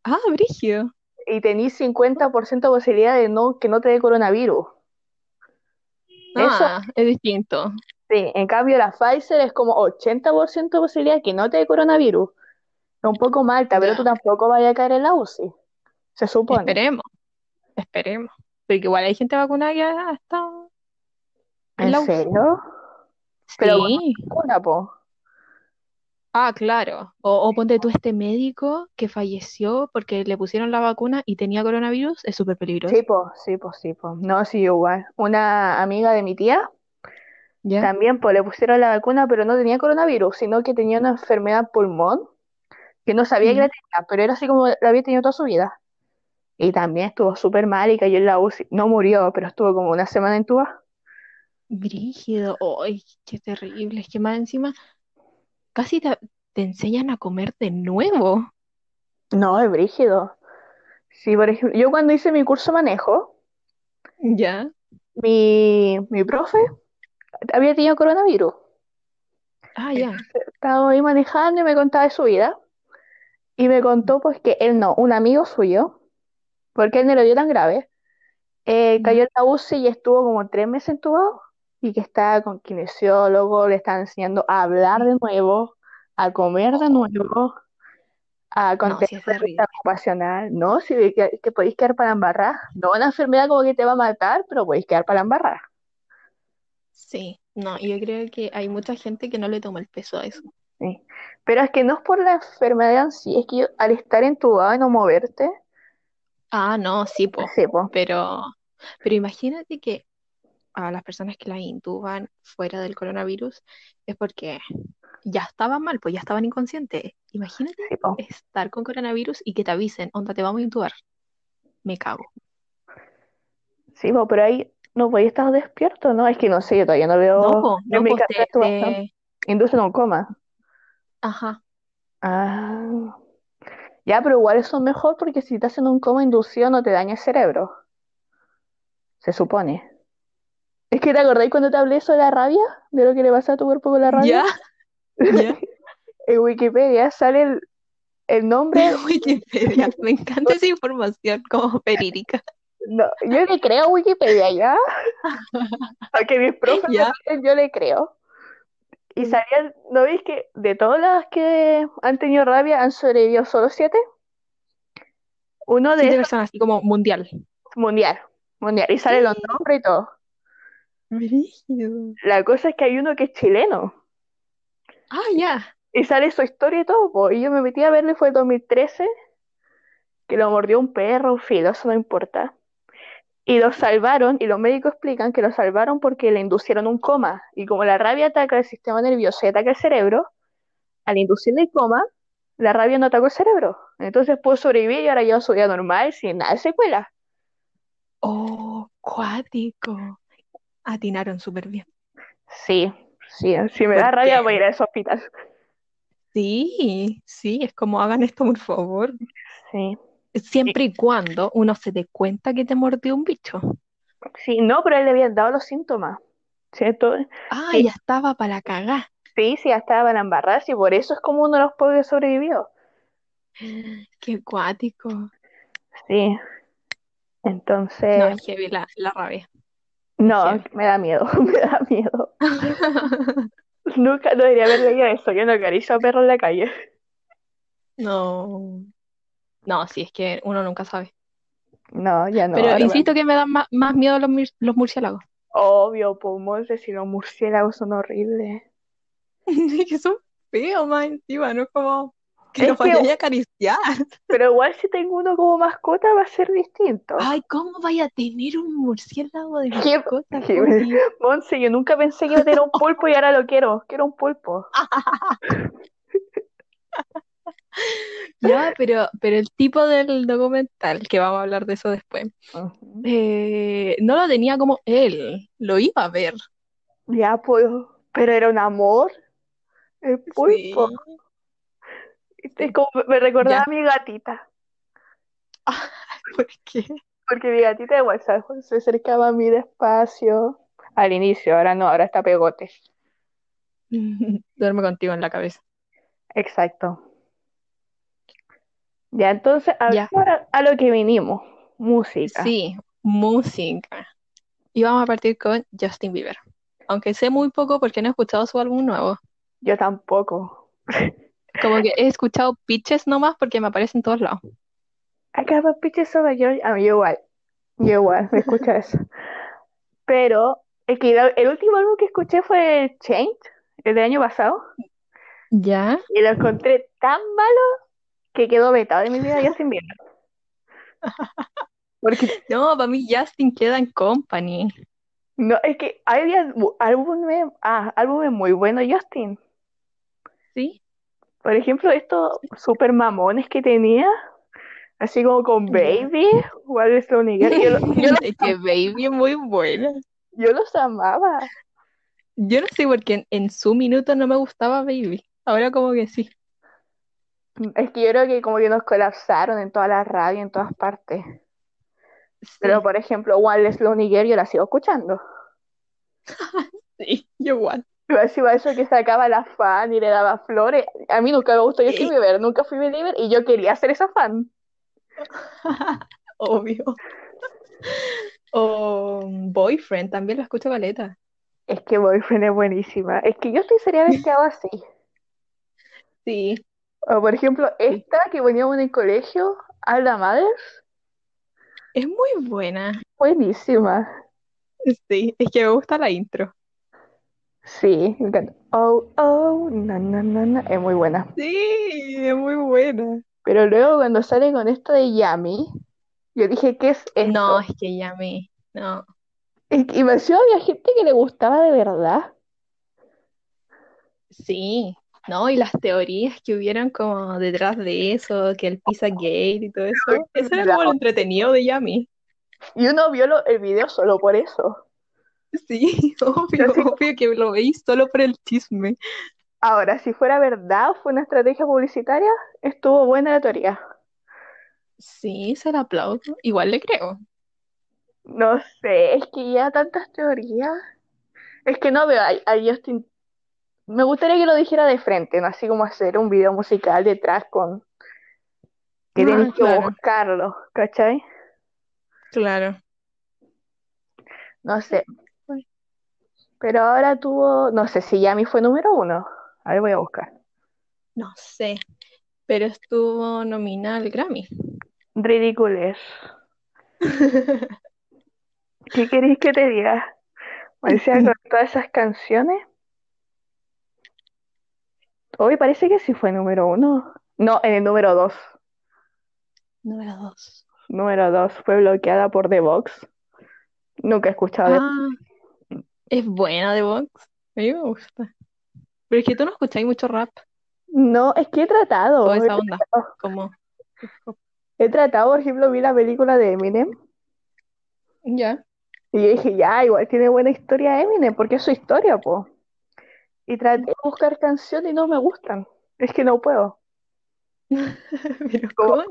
Speaker 1: Ah, Brigio.
Speaker 2: Y tenés 50% de posibilidad de no, que no te dé coronavirus. Eso
Speaker 1: Ah, es distinto.
Speaker 2: sí, en cambio la Pfizer es como 80% de posibilidad de que no te dé coronavirus. Es un poco más alta, pero tú
Speaker 1: Ya.
Speaker 2: tampoco vayas a caer en la UCI, se supone.
Speaker 1: Esperemos, esperemos. Porque igual hay gente vacunada que ha estado en
Speaker 2: ¿En
Speaker 1: la UCI.
Speaker 2: serio? Pero con
Speaker 1: Sí.
Speaker 2: una, po.
Speaker 1: Ah, claro. O, o ponte tú este médico que falleció porque le pusieron la vacuna y tenía coronavirus, es súper peligroso.
Speaker 2: Sí, pues, sí, pues, sí, pues. No, sí, igual. Una amiga de mi tía
Speaker 1: ¿Ya?
Speaker 2: también, pues, le pusieron la vacuna, pero no tenía coronavirus, sino que tenía una enfermedad pulmón que no sabía que
Speaker 1: Mm.
Speaker 2: la tenía, pero era así como la había tenido toda su vida. Y también estuvo súper mal y cayó en la UCI. No murió, pero estuvo como una semana en tuba.
Speaker 1: Brígido. ¡Ay, qué terrible! Es que más encima casi te, te enseñan a comer de nuevo.
Speaker 2: No, es brígido. Sí, por ejemplo, yo cuando hice mi curso manejo,
Speaker 1: ¿Ya?
Speaker 2: mi, mi profe había tenido coronavirus.
Speaker 1: Ah, ya.
Speaker 2: Estaba ahí manejando y me contaba de su vida. Y me contó pues que él no, un amigo suyo, porque él no lo dio tan grave, eh,
Speaker 1: Mm.
Speaker 2: cayó en la UCI y estuvo como tres meses entubado y que estaba con kinesiólogo, le estaba enseñando a hablar de nuevo, a comer de
Speaker 1: Oh,
Speaker 2: nuevo, a
Speaker 1: no, sí
Speaker 2: contener
Speaker 1: es
Speaker 2: la
Speaker 1: terrible.
Speaker 2: enfermedad ocupacional, ¿no? Si que, que podéis quedar para la embarrada. No una enfermedad como que te va a matar, pero podéis quedar para la embarrada.
Speaker 1: Sí, no, yo creo que hay mucha gente que no le toma el peso a eso.
Speaker 2: Sí. Pero es que no es por la enfermedad en sí, es que yo, al estar entubado y no moverte,
Speaker 1: Ah, no, sí, po.
Speaker 2: sí, pues,
Speaker 1: Pero, pero imagínate que a las personas que las intuban fuera del coronavirus es porque ya estaban mal, pues ya estaban inconscientes. Imagínate
Speaker 2: sí, pues.
Speaker 1: estar con coronavirus y que te avisen, onda, te vamos a intubar. Me cago.
Speaker 2: Sí, po, pero ahí no podía estar despierto, ¿no? Es que no sé, yo todavía no
Speaker 1: No,
Speaker 2: veo
Speaker 1: po,
Speaker 2: en
Speaker 1: no,
Speaker 2: mi
Speaker 1: pues
Speaker 2: carrera
Speaker 1: te,
Speaker 2: actuación.
Speaker 1: te...
Speaker 2: Inducen a un coma.
Speaker 1: Ajá.
Speaker 2: Ah. Ya, pero igual eso es mejor porque si te hacen un coma inducido no te daña el cerebro, se supone. Es que te acordáis cuando te hablé eso de la rabia, de lo que le pasa a tu cuerpo con la rabia.
Speaker 1: ¿Ya? ¿Ya?
Speaker 2: En Wikipedia sale el, el nombre.
Speaker 1: Wikipedia, me encanta esa información como perídica.
Speaker 2: No, yo le creo a Wikipedia, ¿ya? Aunque mis profes me
Speaker 1: ¿Ya?
Speaker 2: dicen, yo le creo. Y salían, ¿no veis que de todas las que han tenido rabia han sobrevivido solo siete? Uno de
Speaker 1: Siete
Speaker 2: esos
Speaker 1: personas, así como mundial.
Speaker 2: mundial, mundial, y salen los
Speaker 1: ¿Qué?
Speaker 2: nombres y todo.
Speaker 1: Brígido.
Speaker 2: La cosa es que hay uno que es chileno,
Speaker 1: Ah, ya.
Speaker 2: y sale su historia y todo, po. Y yo me metí a verlo y fue el 2013, que lo mordió un perro, un filo, eso no importa. Y lo salvaron, y los médicos explican que lo salvaron porque le inducieron un coma. Y como la rabia ataca el sistema nervioso y ataca el cerebro, al inducirle el coma, la rabia no atacó el cerebro. Entonces pudo sobrevivir y ahora lleva su vida normal sin nada de secuela.
Speaker 1: Oh, cuático. Atinaron súper bien.
Speaker 2: Sí, sí, si me da rabia voy a
Speaker 1: Porque
Speaker 2: ir a ese hospital.
Speaker 1: sí, sí, es como hagan esto por favor.
Speaker 2: Sí. Y-
Speaker 1: Siempre y cuando uno se dé cuenta que te mordió un bicho.
Speaker 2: Sí, no, pero él le habían dado los síntomas, ¿cierto?
Speaker 1: Ah,
Speaker 2: Sí,
Speaker 1: ya estaba para la cagá.
Speaker 2: sí, sí, ya estaba para embarrarse y por eso es como uno de los pocos que sobrevivió.
Speaker 1: Qué cuático.
Speaker 2: Sí,
Speaker 1: No,
Speaker 2: entonces,
Speaker 1: es heavy la, la rabia. Es
Speaker 2: no,
Speaker 1: heavy.
Speaker 2: me da miedo, me da miedo. Nunca no debería haber leído eso, yo no acaricio a perros en la calle.
Speaker 1: No. No, sí, es que uno nunca sabe.
Speaker 2: No, ya no,
Speaker 1: Pero
Speaker 2: ahora va.
Speaker 1: insisto que me dan ma- más, miedo los, mur- los murciélagos.
Speaker 2: Obvio, pulmones, si los murciélagos son horribles.
Speaker 1: Que son feos más encima, no es como que
Speaker 2: Es
Speaker 1: los
Speaker 2: que,
Speaker 1: vayáis a acariciar.
Speaker 2: pero igual si tengo uno como mascota va a ser distinto.
Speaker 1: Ay, ¿cómo vaya a tener un murciélago de
Speaker 2: ¿Qué,
Speaker 1: mascota,
Speaker 2: qué-
Speaker 1: Connie?
Speaker 2: Monse, yo nunca pensé que iba a tener un pulpo y ahora lo quiero, quiero un pulpo.
Speaker 1: Ya, pero, pero el tipo del documental, que vamos a hablar de eso después,
Speaker 2: Ujú.
Speaker 1: eh, no lo tenía como él, lo iba a ver.
Speaker 2: Ya, pues, pero era un amor, el pulpo.
Speaker 1: Sí,
Speaker 2: Es
Speaker 1: sí,
Speaker 2: Este, como me recordaba
Speaker 1: ya.
Speaker 2: a mi gatita,
Speaker 1: ¿Por qué?
Speaker 2: porque mi gatita igual ¿sabes? se acercaba a mí despacio. Al inicio, ahora no, ahora está pegote.
Speaker 1: Duerme contigo en la cabeza.
Speaker 2: Exacto. Ya, entonces,
Speaker 1: Ya,
Speaker 2: hablemos ahora a lo que vinimos, música.
Speaker 1: sí, música. Y vamos a partir con Justin Bieber. Aunque sé muy poco porque no he escuchado su álbum nuevo.
Speaker 2: Yo tampoco.
Speaker 1: Como que he escuchado pitches nomás porque me aparece en todos lados.
Speaker 2: Acá va Peaches Over Georgia. Ah, yo igual, yo igual, me escucha eso. Pero es que el, el último álbum que escuché fue Change, el del año pasado.
Speaker 1: ¿Ya?
Speaker 2: Y lo encontré tan malo que quedó vetado de mi vida ya sin verlo. Porque
Speaker 1: No, para mí Justin queda en Company.
Speaker 2: no, es que había bu- álbumes, ah, álbumes muy buenos, Justin.
Speaker 1: ¿Sí?
Speaker 2: Por ejemplo, estos super mamones que tenía, así como con
Speaker 1: Ya.
Speaker 2: Baby, o algo de Slowny Girl, yo, lo- yo, lo-
Speaker 1: Es que Baby es muy buena.
Speaker 2: yo los amaba.
Speaker 1: Yo no sé por qué en, en su minuto no me gustaba Baby. Ahora como que sí.
Speaker 2: Es que yo creo que como que nos colapsaron en toda la radio, en todas partes. Pero,
Speaker 1: Sí,
Speaker 2: por ejemplo, One Lonely Girl yo la sigo escuchando.
Speaker 1: sí, yo igual.
Speaker 2: Pero encima de eso que sacaba la fan y le daba flores. A mí nunca me gustó Justin
Speaker 1: Sí.
Speaker 2: Bieber, nunca fui believer y yo quería ser esa fan.
Speaker 1: Obvio. O mm, Boyfriend, también lo escucho caleta.
Speaker 2: Es que Boyfriend es buenísima. Es que Justin sería vestido así.
Speaker 1: Sí,
Speaker 2: O, por ejemplo,
Speaker 1: sí.
Speaker 2: esta que poníamos en el colegio, Alda Mothers,
Speaker 1: Es muy buena.
Speaker 2: buenísima.
Speaker 1: Sí, es que me gusta la intro.
Speaker 2: Sí, me encanta. Oh, oh, na, na, na, na. Es muy buena.
Speaker 1: Sí, es muy buena.
Speaker 2: Pero luego cuando sale con esto de Yami, yo dije, ¿qué es
Speaker 1: No,
Speaker 2: esto?
Speaker 1: es que ya me... No.
Speaker 2: Es que- Y me decía, había gente que le gustaba de verdad.
Speaker 1: Sí, ¿no? Y las teorías que hubieron como detrás de eso, que el Pizza Gate y todo eso, eso era
Speaker 2: La-
Speaker 1: como lo entretenido de Yami.
Speaker 2: Y uno vio lo- el video solo por eso.
Speaker 1: Sí,
Speaker 2: Yo
Speaker 1: obvio,
Speaker 2: así como,
Speaker 1: obvio que lo veis solo por el chisme.
Speaker 2: ahora, si fuera verdad o fue una estrategia publicitaria, estuvo buena la teoría.
Speaker 1: Sí, se la aplaudo. Igual le creo.
Speaker 2: No sé, es que ya tantas teorías. Es que no veo a, a Justin. Me gustaría que lo dijera de frente, ¿no? Así como hacer un video musical detrás con que tenéis
Speaker 1: Ah,
Speaker 2: que
Speaker 1: claro,
Speaker 2: buscarlo, ¿cachai?
Speaker 1: claro.
Speaker 2: No sé.
Speaker 1: Bueno,
Speaker 2: Pero ahora tuvo, no sé si Yami fue número uno. A ver, voy a buscar.
Speaker 1: No sé, pero estuvo nominal al Grammy.
Speaker 2: Ridiculez. ¿Qué queréis que te diga? Me decía con todas esas canciones. Hoy parece que sí fue número uno. No, en el número dos.
Speaker 1: Número dos.
Speaker 2: Número dos fue bloqueada por The Vox. Nunca he escuchado de...
Speaker 1: Ah, es buena de Vox. A mí me gusta. Pero es que tú no escucháis mucho rap
Speaker 2: No, es que he
Speaker 1: o
Speaker 2: tratado. He
Speaker 1: esa onda,
Speaker 2: tratado,
Speaker 1: como hip hop.
Speaker 2: He tratado, por ejemplo, vi la película de Eminem.
Speaker 1: Ya.
Speaker 2: Y yo dije, ya, igual tiene buena historia Eminem, porque es su historia, po. Y traté de buscar canciones y no me gustan. Es que no puedo.
Speaker 1: Pero
Speaker 2: Como,
Speaker 1: ¿cómo no?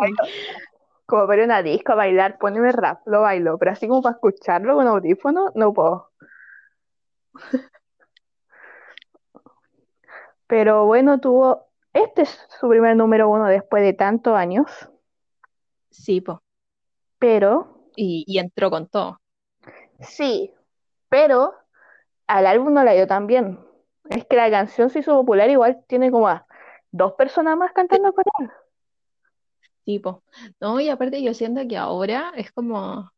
Speaker 2: como para ir a una disco a bailar, poneme rap, lo bailo. Pero así como para escucharlo con audífono, no puedo. Pero bueno, tuvo. Este es su primer número uno después de tantos años.
Speaker 1: Sí, po.
Speaker 2: Pero.
Speaker 1: Y, y entró con todo.
Speaker 2: Sí, pero al álbum no la dio tan bien. Es que la canción se hizo popular, igual tiene como a dos personas más cantando con él.
Speaker 1: Tipo, no, y aparte yo siento que ahora es como,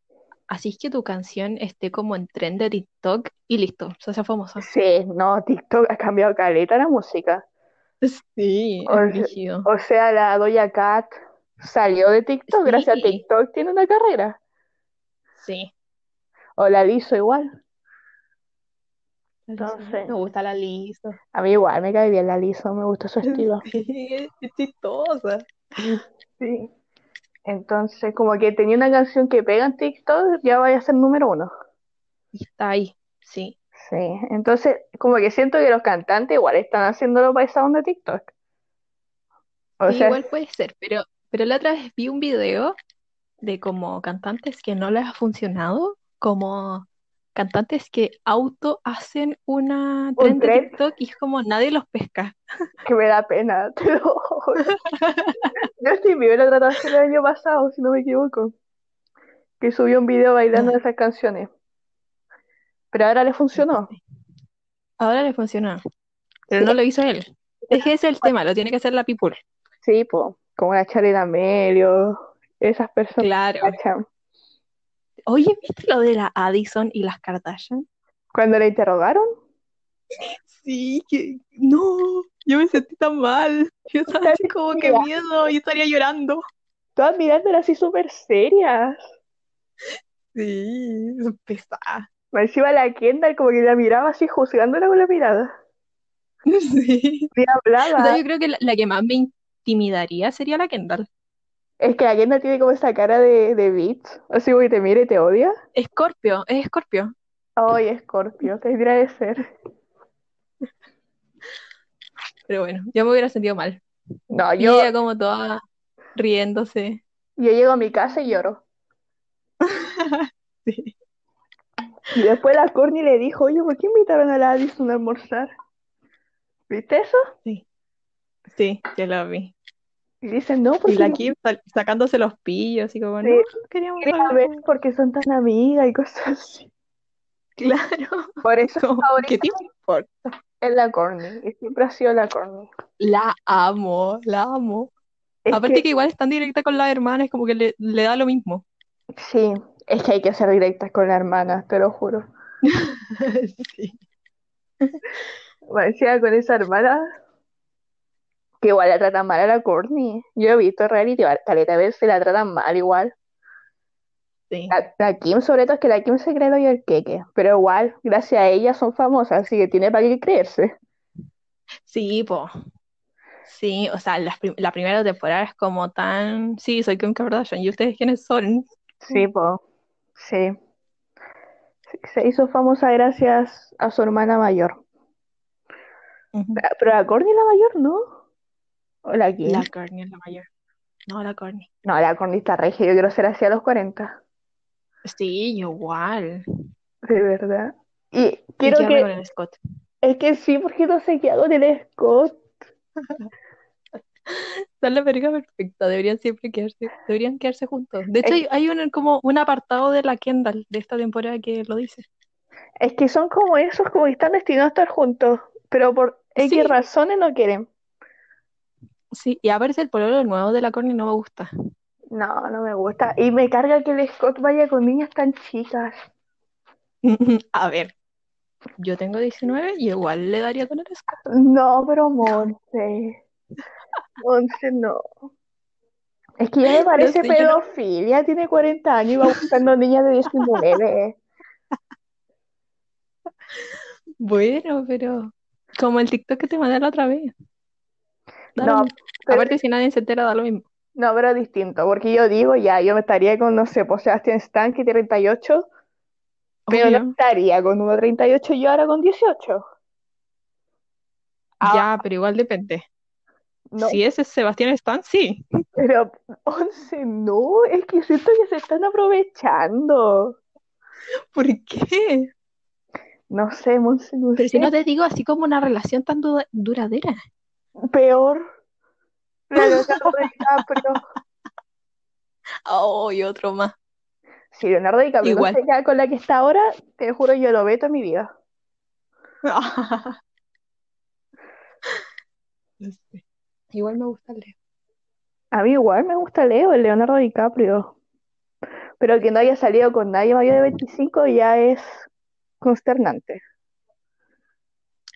Speaker 1: así es que tu canción esté como en trend de TikTok y listo, se hace famosa.
Speaker 2: Sí, no, TikTok ha cambiado caleta la música.
Speaker 1: Sí,
Speaker 2: O,
Speaker 1: es
Speaker 2: se-
Speaker 1: brígido.
Speaker 2: o sea, la Doja Cat salió de TikTok, gracias a
Speaker 1: Sí,
Speaker 2: TikTok tiene una carrera.
Speaker 1: sí,
Speaker 2: O la Lizzo igual.
Speaker 1: la Lizzo.
Speaker 2: Entonces,
Speaker 1: Me gusta la Lizzo.
Speaker 2: a mí igual me cae bien la Lizzo, me gusta su estilo.
Speaker 1: Sí, es chistosa.
Speaker 2: Sí. Entonces, como que tenía una canción que pega en TikTok, ya vaya a ser número uno.
Speaker 1: Y está ahí, sí.
Speaker 2: Sí, entonces como que siento que los cantantes igual están haciéndolo para esa onda de TikTok. O
Speaker 1: Sí,
Speaker 2: sea,
Speaker 1: igual puede ser, pero, pero la otra vez vi un video de como cantantes que no les ha funcionado, como cantantes que auto hacen una
Speaker 2: un
Speaker 1: trend de
Speaker 2: trend
Speaker 1: TikTok y es como nadie los pesca.
Speaker 2: que me da pena, te lo juro. Yo estoy viviendo lo trató de hacer el año pasado, si no me equivoco, que subió un video bailando
Speaker 1: Ya.
Speaker 2: esas canciones, pero ahora le funcionó.
Speaker 1: Ahora le funciona, pero
Speaker 2: Sí,
Speaker 1: no lo hizo él. Es que ese es el tema, lo tiene que hacer la people.
Speaker 2: sí, po, como la Charila Melio, esas personas,
Speaker 1: Claro.
Speaker 2: ¿cachai?
Speaker 1: Oye, ¿viste lo de la Addison y las Kardashian?
Speaker 2: Cuando la interrogaron,
Speaker 1: Sí, que no, yo me sentí tan mal. Yo estaba así como que
Speaker 2: Mira.
Speaker 1: miedo, yo estaría llorando.
Speaker 2: Todas mirándola así súper serias.
Speaker 1: Sí, pesada.
Speaker 2: Me encima la Kendall como que la miraba así, juzgándola con la mirada.
Speaker 1: Sí.
Speaker 2: Ni
Speaker 1: O sea,
Speaker 2: hablaba.
Speaker 1: yo creo que la, la que más me intimidaría sería la Kendall.
Speaker 2: Es que la Kendall tiene como esa cara de, de bitch. Así como que te mira y te odia.
Speaker 1: Escorpio, es Escorpio.
Speaker 2: Ay, Scorpio, tendría de ser.
Speaker 1: Pero bueno, yo me hubiera sentido mal.
Speaker 2: No,
Speaker 1: Y
Speaker 2: yo,
Speaker 1: ella como toda riéndose.
Speaker 2: yo llego a mi casa y lloro.
Speaker 1: Sí.
Speaker 2: Y después la Courtney le dijo, oye, ¿por qué invitaron a la Addison a almorzar? ¿Viste eso?
Speaker 1: Sí, yo la vi.
Speaker 2: Y dicen, no,
Speaker 1: Y
Speaker 2: porque
Speaker 1: la
Speaker 2: no
Speaker 1: Kim sal- sacándose los pillos y como,
Speaker 2: Sí.
Speaker 1: no, queríamos
Speaker 2: quería
Speaker 1: hablar
Speaker 2: ver
Speaker 1: con-
Speaker 2: porque son tan amigas y cosas así.
Speaker 1: Claro,
Speaker 2: Por eso
Speaker 1: como, ¿qué
Speaker 2: ahorita
Speaker 1: te importa?
Speaker 2: es la Courtney. Y siempre ha sido la Courtney.
Speaker 1: La amo, la amo.
Speaker 2: Es
Speaker 1: Aparte
Speaker 2: que
Speaker 1: que igual es tan directa con las hermanas, como que le, le da lo mismo.
Speaker 2: sí, es que hay que ser directas con la hermana, te lo juro.
Speaker 1: Sí.
Speaker 2: Parecía con esa hermana que igual la tratan mal a la Courtney. Yo he visto reality, igual, caleta de veces la tratan mal igual.
Speaker 1: Sí.
Speaker 2: La, la Kim, sobre todo, es que la Kim se cree lo y el queque. Pero igual, gracias a ella son famosas, así que tiene para qué creerse.
Speaker 1: Sí, po. Sí, o sea, las prim- la, primera temporada es como tan, sí, soy Kim Kardashian, ¿y ustedes quiénes son?
Speaker 2: Sí, po. Sí. Se hizo famosa gracias a su hermana mayor.
Speaker 1: Ujú.
Speaker 2: Pero la Courtney es la mayor, ¿no? ¿O la Kim?
Speaker 1: La Courtney es la mayor. No, la Courtney.
Speaker 2: No, la Courtney está regia, yo quiero ser así a los 40.
Speaker 1: Sí, yo igual.
Speaker 2: De verdad. Y
Speaker 1: Y
Speaker 2: quiero
Speaker 1: quedarme
Speaker 2: que...
Speaker 1: con el Scott.
Speaker 2: Es que sí, porque no sé qué hago en el Scott.
Speaker 1: Son la pareja perfecta, deberían siempre quedarse, deberían quedarse juntos. De hecho,
Speaker 2: Es,
Speaker 1: hay, hay un, como un apartado de la Kendall de esta temporada que lo dice.
Speaker 2: es que son como esos, como que están destinados a estar juntos, pero por X
Speaker 1: Sí,
Speaker 2: razones no quieren.
Speaker 1: sí, y a veces el pololo nuevo de la Corny no me gusta.
Speaker 2: No, no me gusta. Y me carga que el Scott vaya con niñas tan chicas.
Speaker 1: A ver, yo tengo 19 y igual le daría con el Scott.
Speaker 2: No, pero Monse. Monse no. Es que ya me
Speaker 1: No
Speaker 2: parece
Speaker 1: sé, yo no,
Speaker 2: pedofilia, tiene 40 años y va buscando niñas de 19.
Speaker 1: bueno, pero como el TikTok que te mandé la otra vez, da lo
Speaker 2: No,
Speaker 1: mismo.
Speaker 2: pero,
Speaker 1: Aparte, si nadie se entera, da lo mismo.
Speaker 2: no, pero distinto, porque yo digo ya, yo me estaría con, no sé, pues Sebastián Stan, que tiene 38, pero no
Speaker 1: Obvio.
Speaker 2: estaría con uno 38 y yo ahora con 18. Ah,
Speaker 1: Ya, pero igual depende.
Speaker 2: no,
Speaker 1: Si ese es Sebastián Stan, sí.
Speaker 2: pero 11 no, es que siento que se están aprovechando.
Speaker 1: ¿Por qué?
Speaker 2: No sé, Monse, no
Speaker 1: Pero si
Speaker 2: sé,
Speaker 1: no te digo así como una relación tan du- duradera.
Speaker 2: peor la Leonardo DiCaprio.
Speaker 1: Oh, y otro más.
Speaker 2: Si Leonardo DiCaprio no
Speaker 1: Igual.
Speaker 2: se queda con la que está ahora, te juro, yo lo veto en mi vida.
Speaker 1: No sé. Este, Igual me gusta el Leo.
Speaker 2: A mí igual me gusta Leo, el Leonardo DiCaprio, pero que no haya salido con nadie mayor de 25 ya es consternante.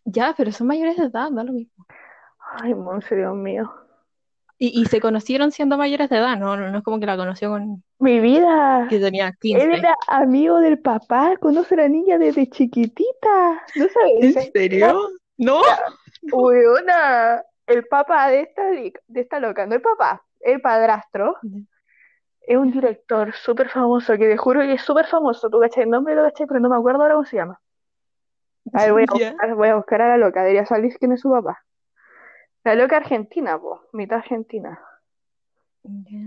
Speaker 1: Ya, pero son mayores de edad, da lo mismo.
Speaker 2: Ay, Monse, Dios mío.
Speaker 1: Y, y se conocieron siendo mayores de edad, no, no, no es como que la conoció con
Speaker 2: Mi vida,
Speaker 1: que tenía
Speaker 2: él
Speaker 1: 15.
Speaker 2: era amigo del papá, conoce a la niña desde chiquitita. ¿No sabes
Speaker 1: ¿En
Speaker 2: esa historia?
Speaker 1: serio? No, no.
Speaker 2: Weona, el papá de esta, li- de esta loca, no el papá, el padrastro, es un director súper famoso, que te juro que es súper famoso, tú cachai el nombre, lo cachai, pero no me acuerdo ahora cómo se llama. A ver, voy a
Speaker 1: Ya.
Speaker 2: buscar, voy a buscar a la loca, debería salir quién es su papá. La loca argentina, po, mitad argentina.
Speaker 1: Ya.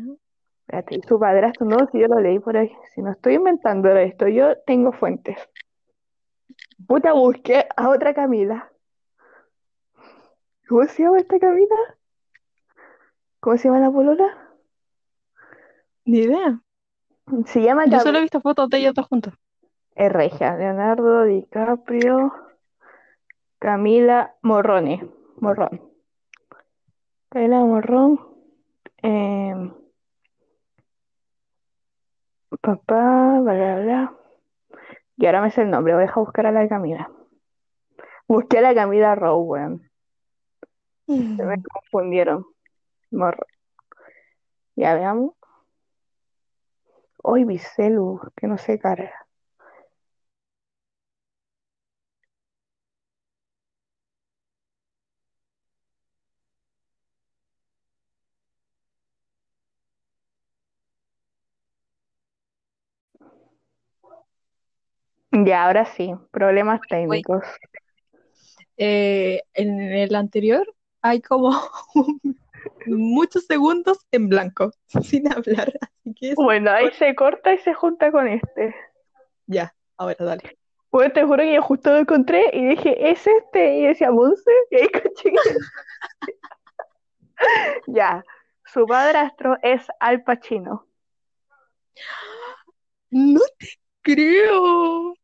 Speaker 2: Espérate, su padrastro, no, si yo lo leí por ahí, si no estoy inventando esto, yo tengo fuentes. Puta, busqué a otra Camila. ¿Cómo se llama esta Camila? ¿Cómo se llama la polola?
Speaker 1: Ni idea.
Speaker 2: Se llama
Speaker 1: Yo solo
Speaker 2: Camila.
Speaker 1: he visto fotos de ellos dos juntos.
Speaker 2: Es regia, Leonardo DiCaprio, Camila Morrone, Morrón. Camila Morrón, eh, papá, bla, bla, bla. Y ahora me sé el nombre, voy a dejar buscar a la Camila. Busqué a la Camila Rowe, weón. Se me confundieron. Morro. Ya veamos. Hoy mi celu, que no sé carga. Ya, ahora sí, problemas
Speaker 1: Oye,
Speaker 2: técnicos.
Speaker 1: eh, en el anterior hay como muchos segundos en blanco, sin hablar, así que eso.
Speaker 2: Bueno, ahí se corta y se junta con este.
Speaker 1: Ya, ahora dale.
Speaker 2: Bueno, te juro que yo justo lo encontré y dije, ¿es este? Y decía, ¿Monse? Y ahí caché que- Ya, su padrastro es Al Pacino.
Speaker 1: No te creo.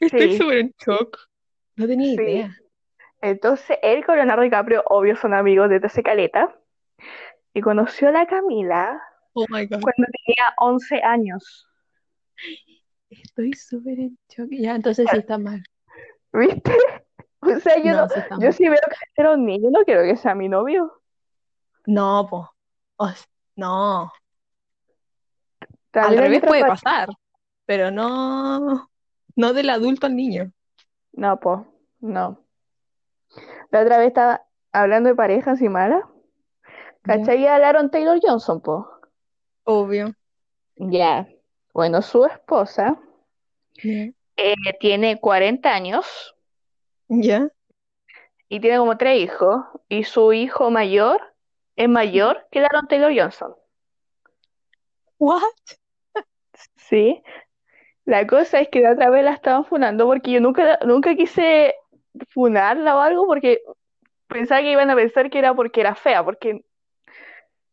Speaker 1: Estoy
Speaker 2: Sí,
Speaker 1: súper en shock. No tenía
Speaker 2: sí.
Speaker 1: idea.
Speaker 2: Entonces, él con Leonardo DiCaprio, obvio, son amigos desde hace caleta. Y conoció a la Camila
Speaker 1: Oh my God.
Speaker 2: cuando tenía 11 años.
Speaker 1: Estoy súper en shock. Ya, entonces sí está mal.
Speaker 2: ¿Viste? O sea, yo no,
Speaker 1: No, sí está
Speaker 2: yo
Speaker 1: mal.
Speaker 2: sí veo que era un niño, no quiero que sea mi novio.
Speaker 1: No, po. O s- no. Al
Speaker 2: También hay
Speaker 1: revés
Speaker 2: otra
Speaker 1: puede
Speaker 2: parte.
Speaker 1: pasar, pero no, no del adulto al niño.
Speaker 2: No, po, no. La otra vez estaba hablando de parejas y malas.
Speaker 1: Ya,
Speaker 2: ¿Cachai? Y hablaron Taylor Johnson, po.
Speaker 1: obvio.
Speaker 2: Ya. Bueno, su esposa
Speaker 1: Ya.
Speaker 2: eh, tiene 40 años
Speaker 1: Ya.
Speaker 2: y tiene como tres hijos. Y su hijo mayor es mayor que Aaron Taylor Johnson.
Speaker 1: What?
Speaker 2: Sí. La cosa es que la otra vez la estaban funando porque yo nunca, nunca quise funarla o algo porque pensaba que iban a pensar que era porque era fea, porque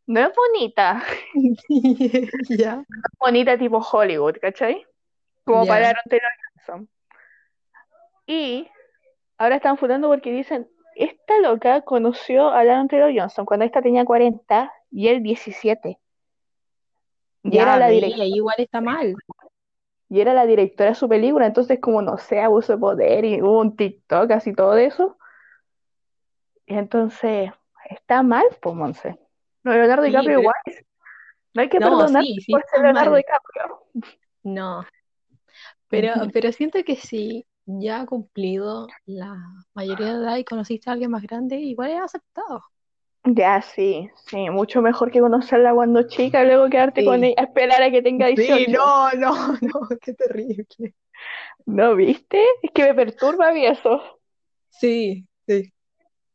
Speaker 2: no es bonita.
Speaker 1: Ya,
Speaker 2: Bonita tipo Hollywood, ¿cachai? Como para
Speaker 1: ya.
Speaker 2: Aaron Taylor Johnson. Y ahora están funando porque dicen, esta loca conoció a Aaron Taylor Johnson cuando esta tenía 40 y él 17. Y era
Speaker 1: Ya,
Speaker 2: la
Speaker 1: ve,
Speaker 2: directora,
Speaker 1: ahí igual está mal.
Speaker 2: y era la directora de su película, entonces como no sé, abuso de poder y hubo un TikTok así todo de eso. Y entonces está mal, pues Monse. No, Leonardo
Speaker 1: Sí,
Speaker 2: DiCaprio
Speaker 1: pero
Speaker 2: igual, no hay que
Speaker 1: no,
Speaker 2: perdonar
Speaker 1: sí, sí
Speaker 2: por ser
Speaker 1: está
Speaker 2: Leonardo
Speaker 1: mal.
Speaker 2: DiCaprio.
Speaker 1: No, pero,
Speaker 2: Ujú.
Speaker 1: pero siento que si ya ha cumplido la mayoría de edad y conociste a alguien más grande, igual es aceptado.
Speaker 2: Ya, sí, sí, mucho mejor que conocerla cuando chica y luego quedarte con
Speaker 1: Sí.
Speaker 2: ella, esperar a que tenga
Speaker 1: Sí,
Speaker 2: 18.
Speaker 1: no, no, no, qué terrible.
Speaker 2: ¿No viste? Es que me perturba a mí eso.
Speaker 1: Sí, sí.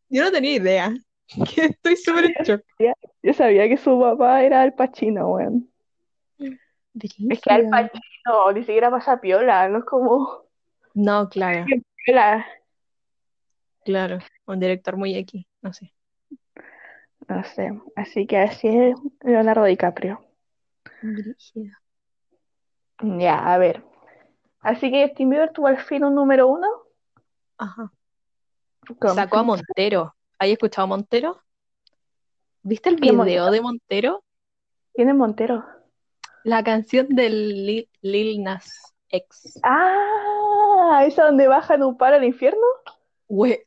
Speaker 1: Yo no tenía idea. Que estoy súper en shock.
Speaker 2: Ya, Yo sabía que su papá era Al Pacino, weón. Es que Al
Speaker 1: Brígido.
Speaker 2: Pacino ni siquiera pasa piola, no es como
Speaker 1: No, claro,
Speaker 2: piola.
Speaker 1: claro. Un director muy X, no sé.
Speaker 2: No sé, así que así es Leonardo DiCaprio.
Speaker 1: Brígido.
Speaker 2: Ya, a ver. Así que Justin Bieber tuvo al fin un número uno
Speaker 1: Ajá.
Speaker 2: con
Speaker 1: Sacó a
Speaker 2: Freak.
Speaker 1: Montero. ¿Hay escuchado a Montero? ¿Viste el
Speaker 2: ¿Quién
Speaker 1: video
Speaker 2: Montero?
Speaker 1: de Montero?
Speaker 2: ¿Quién es Montero?
Speaker 1: La canción del Lil, Lil Nas X.
Speaker 2: Ah, esa donde bajan un par al infierno.
Speaker 1: Weón,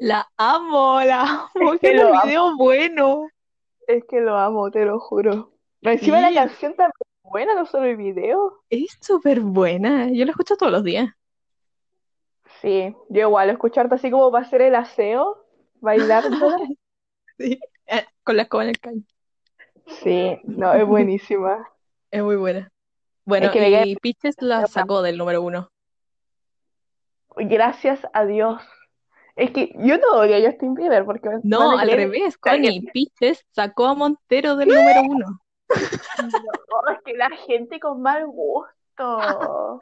Speaker 1: la amo, la
Speaker 2: Es
Speaker 1: amo.
Speaker 2: que
Speaker 1: Tiene
Speaker 2: lo
Speaker 1: un
Speaker 2: amo,
Speaker 1: video bueno.
Speaker 2: es que lo amo, te lo juro. Encima la
Speaker 1: Sí,
Speaker 2: canción también es buena, no solo el video.
Speaker 1: es súper buena. Yo la escucho todos los días.
Speaker 2: Sí, yo igual, escucharte así como para hacer el aseo, bailándola.
Speaker 1: Sí, eh, con la escoba en el caño.
Speaker 2: Sí, no, es buenísima.
Speaker 1: Es muy buena.
Speaker 2: Es
Speaker 1: Bueno,
Speaker 2: que me queda
Speaker 1: y Pitches la sacó del número uno.
Speaker 2: Gracias a Dios. Es que yo no odio a Justin Bieber porque me van
Speaker 1: No,
Speaker 2: a
Speaker 1: al
Speaker 2: creer
Speaker 1: revés,
Speaker 2: que alguien.
Speaker 1: Connie. Pitches sacó a Montero del número uno.
Speaker 2: No, es que la gente con mal gusto.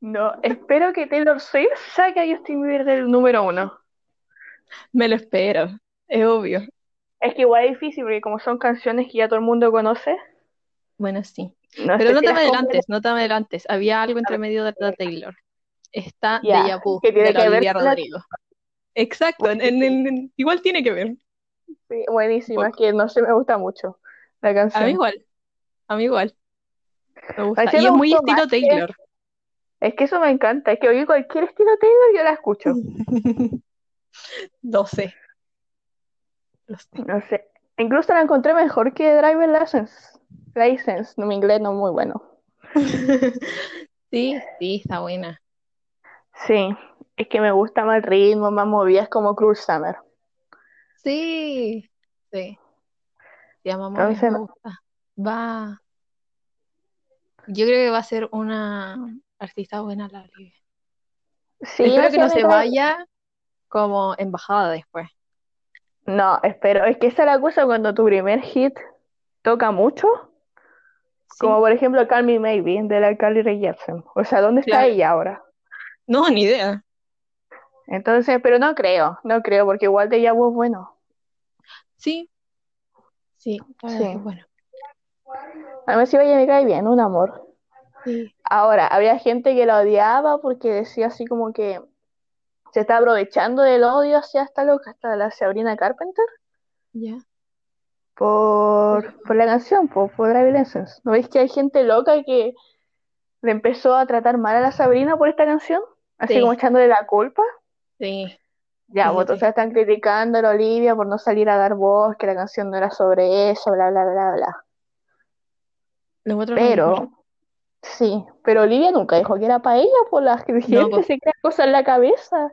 Speaker 2: No, espero que Taylor Swift saque a Justin Bieber del número uno.
Speaker 1: Me lo espero, es obvio.
Speaker 2: Es que igual es difícil porque como son canciones que ya todo el mundo conoce,
Speaker 1: Bueno, sí.
Speaker 2: no
Speaker 1: Pero
Speaker 2: sé
Speaker 1: no
Speaker 2: si
Speaker 1: te me
Speaker 2: las compren.
Speaker 1: adelantes, no te me adelantes. Había algo entre medio de la Taylor. Está
Speaker 2: Ya,
Speaker 1: Deja Vu
Speaker 2: que
Speaker 1: de
Speaker 2: tiene
Speaker 1: la
Speaker 2: que ver
Speaker 1: Olivia
Speaker 2: con la...
Speaker 1: Rodrigo. Exacto, en, en- en- en- igual tiene que ver un
Speaker 2: Sí, buenísima, es
Speaker 1: poco.
Speaker 2: que no sé, me gusta mucho la
Speaker 1: A mí
Speaker 2: canción.
Speaker 1: igual, a mí igual, me gusta.
Speaker 2: Recién
Speaker 1: Y
Speaker 2: me
Speaker 1: es muy
Speaker 2: gustó más
Speaker 1: estilo
Speaker 2: que...
Speaker 1: Taylor.
Speaker 2: Es que eso me encanta, es que oigo cualquier estilo Taylor y yo la escucho.
Speaker 1: No sé. No sé.
Speaker 2: No sé. Incluso la encontré mejor que Driver License. License, no, mi inglés no es muy bueno.
Speaker 1: Sí, sí, está buena.
Speaker 2: Sí, es que me gusta más el ritmo, más movidas como Cruel Summer.
Speaker 1: Sí, sí. Llamamos,
Speaker 2: Entonces,
Speaker 1: me gusta. Va. Yo creo que va a ser una artista buena la Olivia.
Speaker 2: sí,
Speaker 1: Espero
Speaker 2: la
Speaker 1: que no
Speaker 2: ciudad
Speaker 1: se
Speaker 2: de Driver.
Speaker 1: vaya como embajada después.
Speaker 2: No, espero, es que esa es la cosa cuando tu primer hit toca mucho, como
Speaker 1: Sí,
Speaker 2: por ejemplo Call Me Maybe de la Carly Rae Jepsen. O sea, ¿dónde está
Speaker 1: claro.
Speaker 2: ella ahora?
Speaker 1: No, ni idea.
Speaker 2: Entonces, pero no creo, no creo, porque igual de Vu es bueno.
Speaker 1: Sí, sí, la
Speaker 2: Sí.
Speaker 1: verdad que es bueno.
Speaker 2: Además, si vaya me cae bien, un amor.
Speaker 1: Sí,
Speaker 2: Ahora, había gente que la odiaba porque decía así como que se está aprovechando del odio hacia esta loca, hasta la Sabrina Carpenter,
Speaker 1: ya.
Speaker 2: por, por la canción, por, por Driver License. ¿No veis que hay gente loca que le empezó a tratar mal a la Sabrina por esta canción? Así como
Speaker 1: Sí,
Speaker 2: echándole la culpa.
Speaker 1: sí,
Speaker 2: Ya,
Speaker 1: sí,
Speaker 2: pues
Speaker 1: sí,
Speaker 2: entonces
Speaker 1: sí.
Speaker 2: están criticando a la Olivia por no salir a dar voz, que la canción no era sobre eso, bla, bla, bla, bla.
Speaker 1: Lo encuentro lo mejor.
Speaker 2: Pero, sí, pero Olivia nunca dijo que era para ella, por la
Speaker 1: No,
Speaker 2: gente
Speaker 1: pues,
Speaker 2: se crea cosas en la cabeza.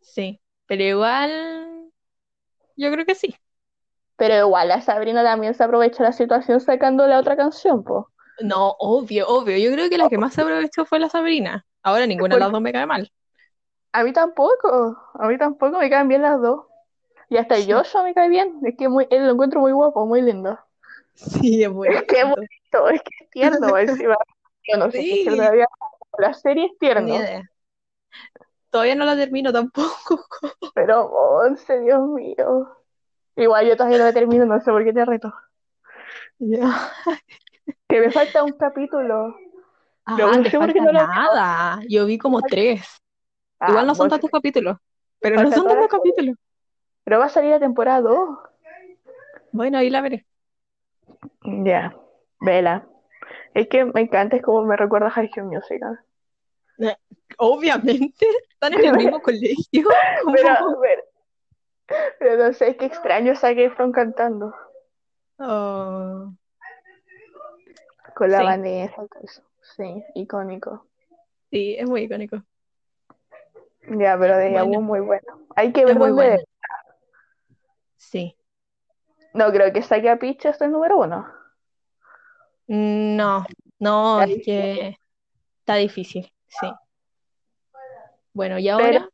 Speaker 1: sí. Pero igual, yo creo que sí.
Speaker 2: Pero igual, la Sabrina también se aprovechó la situación sacando la otra canción, pues.
Speaker 1: No, obvio, obvio. Yo creo que la que más se aprovechó fue la Sabrina. Ahora ninguna de las dos me cae mal.
Speaker 2: a mí tampoco, a mí tampoco me caen bien las dos. Y hasta el
Speaker 1: Sí,
Speaker 2: Joshua me cae bien, es que muy, él lo encuentro muy guapo, muy lindo.
Speaker 1: sí, es
Speaker 2: Es que es
Speaker 1: bonito.
Speaker 2: bonito, es que es tierno, más encima. Yo no sé si es que
Speaker 1: Sí,
Speaker 2: todavía la serie es
Speaker 1: ni
Speaker 2: tierno,
Speaker 1: idea. Todavía no la termino tampoco.
Speaker 2: pero once, Dios mío. Igual yo todavía no la termino, no sé por qué te reto.
Speaker 1: Ya.
Speaker 2: Que me falta un capítulo. No,
Speaker 1: Ah,
Speaker 2: no
Speaker 1: te
Speaker 2: sé por qué
Speaker 1: falta
Speaker 2: no la veo.
Speaker 1: nada. Yo vi como tres. Igual
Speaker 2: Ah,
Speaker 1: no son
Speaker 2: vos
Speaker 1: tantos capítulos, pero no
Speaker 2: falta
Speaker 1: son
Speaker 2: toda la
Speaker 1: tantos
Speaker 2: serie.
Speaker 1: capítulos.
Speaker 2: Pero va a salir la temporada 2.
Speaker 1: Bueno, ahí la veré.
Speaker 2: Ya, vela. Es que me encanta, es como me recuerda a High School Musical.
Speaker 1: Eh, Obviamente, están en el
Speaker 2: Pero,
Speaker 1: mismo colegio.
Speaker 2: pero,
Speaker 1: ¿Cómo?
Speaker 2: pero no sé, es que extraño Zac Efron cantando
Speaker 1: Oh,
Speaker 2: con la
Speaker 1: sí,
Speaker 2: Vanessa. y todo eso. Sí, icónico.
Speaker 1: sí, es muy icónico.
Speaker 2: Ya, pero de Vu
Speaker 1: Bueno,
Speaker 2: muy bueno. Hay que
Speaker 1: es
Speaker 2: ver
Speaker 1: muy
Speaker 2: dónde.
Speaker 1: buena. Sí.
Speaker 2: No, creo que saque a Peach este es el número uno.
Speaker 1: No, no,
Speaker 2: Está
Speaker 1: es
Speaker 2: difícil.
Speaker 1: que está difícil. Sí. Bueno, y
Speaker 2: Pero,
Speaker 1: ahora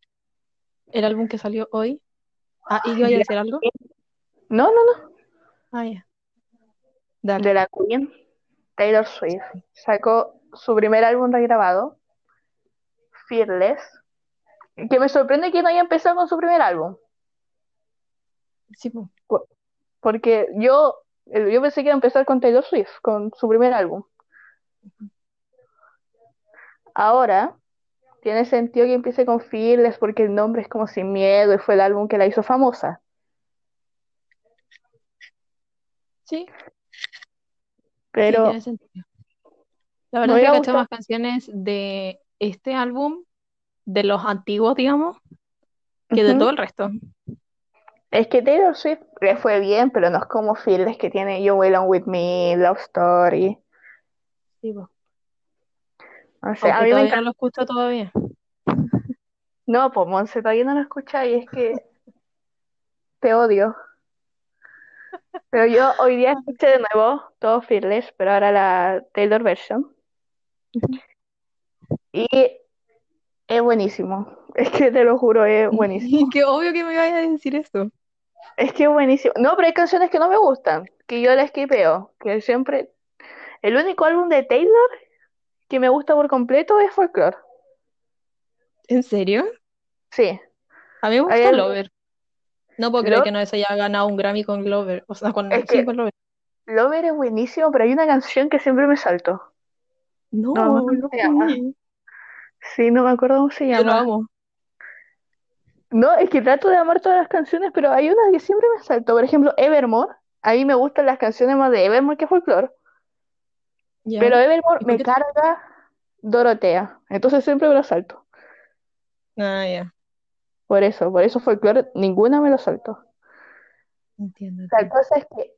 Speaker 1: el álbum que salió hoy. Ah, ¿y yo iba a
Speaker 2: ya.
Speaker 1: decir algo?
Speaker 2: No, no, no.
Speaker 1: Ah, ya.
Speaker 2: De
Speaker 1: Dale.
Speaker 2: la Queen, Taylor Swift. Sacó su primer álbum regrabado, Fearless. Que me sorprende que no haya empezado con su primer álbum.
Speaker 1: Sí, pues. po.
Speaker 2: Por- Porque yo, eh, yo pensé que iba a empezar con Taylor Swift, con su primer álbum. Ahora tiene sentido que empiece con Fearless porque el nombre es como Sin Miedo y fue el álbum que la hizo famosa.
Speaker 1: sí, sí, tiene
Speaker 2: Pero
Speaker 1: sentido. La
Speaker 2: me
Speaker 1: verdad es que
Speaker 2: hubiera
Speaker 1: caché
Speaker 2: gustado.
Speaker 1: más canciones de este álbum, de los antiguos, digamos, que de
Speaker 2: Ujú.
Speaker 1: todo el resto.
Speaker 2: Es que Taylor Swift le fue bien, pero no es como Fearless que tiene You Belong With Me, Love Story.
Speaker 1: Sí, po.
Speaker 2: No sé, a
Speaker 1: Aunque
Speaker 2: mí me
Speaker 1: todavía no
Speaker 2: encanta.
Speaker 1: lo escucho todavía.
Speaker 2: No, pues Monse, todavía no lo escucha y es que te odio. Pero yo hoy día escuché de nuevo todo Fearless, pero ahora la Taylor version.
Speaker 1: Ujú.
Speaker 2: Y es buenísimo. Es que te lo juro, es buenísimo.
Speaker 1: Que obvio que me vaya a decir eso.
Speaker 2: Es que es buenísimo. No, pero hay canciones que no me gustan, que yo las skipeo, que siempre... El único álbum de Taylor que me gusta por completo es Folklore.
Speaker 1: ¿En serio?
Speaker 2: Sí.
Speaker 1: A mí me
Speaker 2: Hay
Speaker 1: gusta
Speaker 2: algo...
Speaker 1: Lover. No puedo creer
Speaker 2: Lo-
Speaker 1: que no se haya ganado un Grammy con Glover. O sea, con...
Speaker 2: Es
Speaker 1: sí,
Speaker 2: que
Speaker 1: con Glover.
Speaker 2: Lover es buenísimo, pero hay una canción que siempre me salto. No ah, me acuerdo
Speaker 1: No,
Speaker 2: cómo
Speaker 1: no
Speaker 2: se llama.
Speaker 1: pude.
Speaker 2: Sí, no me acuerdo cómo se
Speaker 1: Yo lo
Speaker 2: llama.
Speaker 1: amo.
Speaker 2: No, es que trato de amar todas las canciones, pero hay una que siempre me salto. Por ejemplo, Evermore. A mí me gustan las canciones más de Evermore que Folklore.
Speaker 1: ¿Ya?
Speaker 2: Pero Evermore
Speaker 1: ¿Y por
Speaker 2: me
Speaker 1: qué?
Speaker 2: carga. Dorotea. Entonces siempre me lo salto.
Speaker 1: Ah, ya.
Speaker 2: Por eso, por eso folclore, ninguna me lo salto.
Speaker 1: Entiendo.
Speaker 2: La cosa es que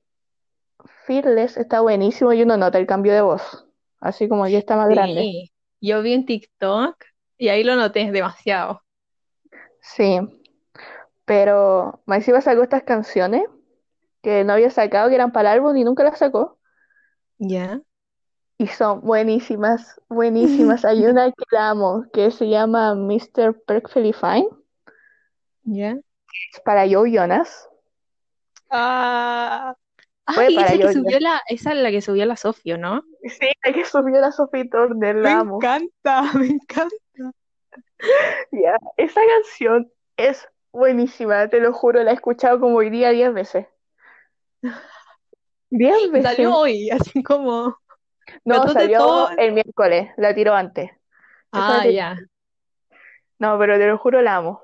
Speaker 2: Fearless está buenísimo y uno nota el cambio de voz. Así como ya está más grande.
Speaker 1: Sí. Yo vi en TikTok y ahí lo noté demasiado.
Speaker 2: Sí. Pero más encima sacó estas canciones que no había sacado, que eran para el álbum y nunca las sacó.
Speaker 1: ¿Ya?
Speaker 2: Y son buenísimas, buenísimas. Hay una que la amo, que se llama Mr. Perfectly Fine.
Speaker 1: ¿Ya?
Speaker 2: Es para Joe Jonas.
Speaker 1: Ah,
Speaker 2: Fue
Speaker 1: ay,
Speaker 2: para
Speaker 1: esa que
Speaker 2: Joe Jonas.
Speaker 1: subió la, esa es la que subió la Sofía, ¿no?
Speaker 2: Sí, la que subió la Sophie Turner,
Speaker 1: Me
Speaker 2: la amo.
Speaker 1: encanta, me encanta.
Speaker 2: Ya, Esa canción es buenísima, te lo juro, la he escuchado como hoy día diez veces. Diez
Speaker 1: Salió
Speaker 2: veces.
Speaker 1: hoy, así como
Speaker 2: No,
Speaker 1: trató de
Speaker 2: salió
Speaker 1: todo.
Speaker 2: el miércoles, la tiró antes. Esa la
Speaker 1: Ah,
Speaker 2: tiró-
Speaker 1: ya.
Speaker 2: No, pero te lo juro, la amo.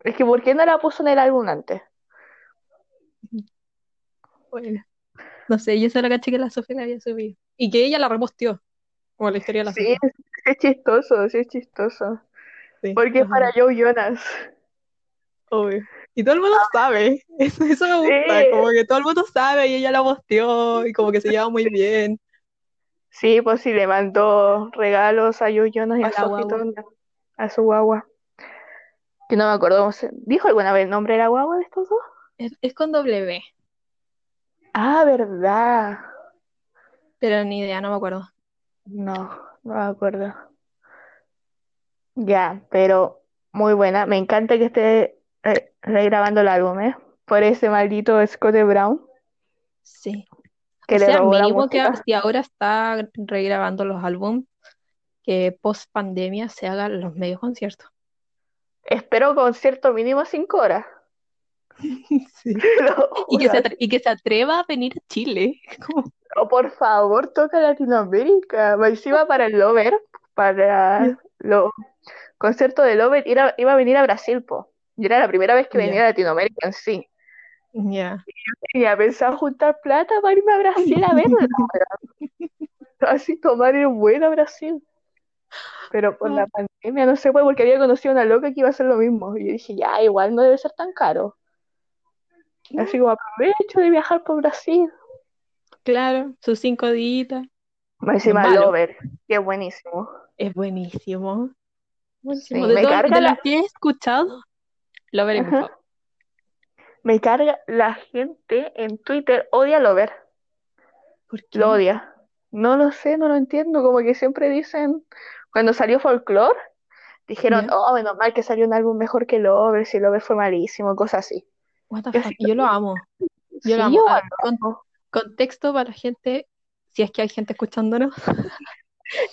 Speaker 2: Es que ¿por qué no la puso en el álbum antes?
Speaker 1: Bueno, no sé, yo solo caché que la Sofía la había subido. Y que ella la reposteó, como la historia de la
Speaker 2: Sí,
Speaker 1: Sofía.
Speaker 2: es es chistoso, sí es chistoso.
Speaker 1: Sí,
Speaker 2: Porque es
Speaker 1: más o
Speaker 2: para
Speaker 1: menos,
Speaker 2: Joe Jonas.
Speaker 1: obvio. Y todo el mundo sabe, eso, eso me gusta,
Speaker 2: Ah. Sí,
Speaker 1: como que todo el mundo sabe y ella la posteó y como que se lleva muy bien.
Speaker 2: sí, pues sí, le mandó regalos a Joe Jonas y
Speaker 1: Para la
Speaker 2: a Sophie
Speaker 1: guagua.
Speaker 2: Turner, a su guagua. Que no me acuerdo cómo se... ¿Dijo alguna vez el nombre de la guagua de estos dos?
Speaker 1: Es, es con W,
Speaker 2: Ah, verdad.
Speaker 1: pero ni idea, no me acuerdo.
Speaker 2: No, no me acuerdo. Ya, pero muy buena. Me encanta que esté eh, regrabando el álbum, ¿eh? Por ese maldito Scott Brown
Speaker 1: Sí. O
Speaker 2: que le
Speaker 1: sea,
Speaker 2: robó la
Speaker 1: mínimo que a-
Speaker 2: música.
Speaker 1: si ahora está regrabando los álbumes, que post pandemia se hagan los medios conciertos.
Speaker 2: Espero concierto mínimo cinco horas.
Speaker 1: Sí.
Speaker 2: Te lo
Speaker 1: Y que
Speaker 2: juro.
Speaker 1: se, atre- y que se atreva a venir a Chile. Como-
Speaker 2: O Oh, por favor, toca Latinoamérica. Más Encima para el Lover, para los conciertos de Lover, era- iba a venir a Brasil, po. Y era la primera vez que venía
Speaker 1: Ya,
Speaker 2: a Latinoamérica en sí.
Speaker 1: ya.
Speaker 2: Y a pensado juntar plata para irme a Brasil a verla. Así tomar el vuelo a Brasil. Pero por la pandemia no se puede, porque había conocido a una loca que iba a hacer lo mismo. Y yo dije, ya, igual no debe ser tan caro. Así como aprovecho de viajar por Brasil.
Speaker 1: Claro, sus cinco días.
Speaker 2: Más
Speaker 1: No es
Speaker 2: encima
Speaker 1: malo,
Speaker 2: Lover, que es buenísimo.
Speaker 1: es buenísimo. Buenísimo.
Speaker 2: Sí,
Speaker 1: De
Speaker 2: me
Speaker 1: todo, de
Speaker 2: carga
Speaker 1: los
Speaker 2: la...
Speaker 1: que he escuchado, lo veré mi
Speaker 2: Ajá.
Speaker 1: favor.
Speaker 2: Me carga la gente en Twitter, odia a Lover,
Speaker 1: ¿Por
Speaker 2: lo
Speaker 1: qué?
Speaker 2: odia. No lo sé, no lo entiendo, como que siempre dicen, cuando salió Folklore, dijeron,
Speaker 1: Ya.
Speaker 2: oh, menos mal que salió un álbum mejor que Lover, si Lover fue malísimo, cosas así.
Speaker 1: What the
Speaker 2: Yo
Speaker 1: fuck.
Speaker 2: así,
Speaker 1: Yo lo amo. Yo lo
Speaker 2: sí,
Speaker 1: amo. Ah,
Speaker 2: yo
Speaker 1: A ver, con-
Speaker 2: no.
Speaker 1: contexto para la gente, si es que hay gente escuchándonos.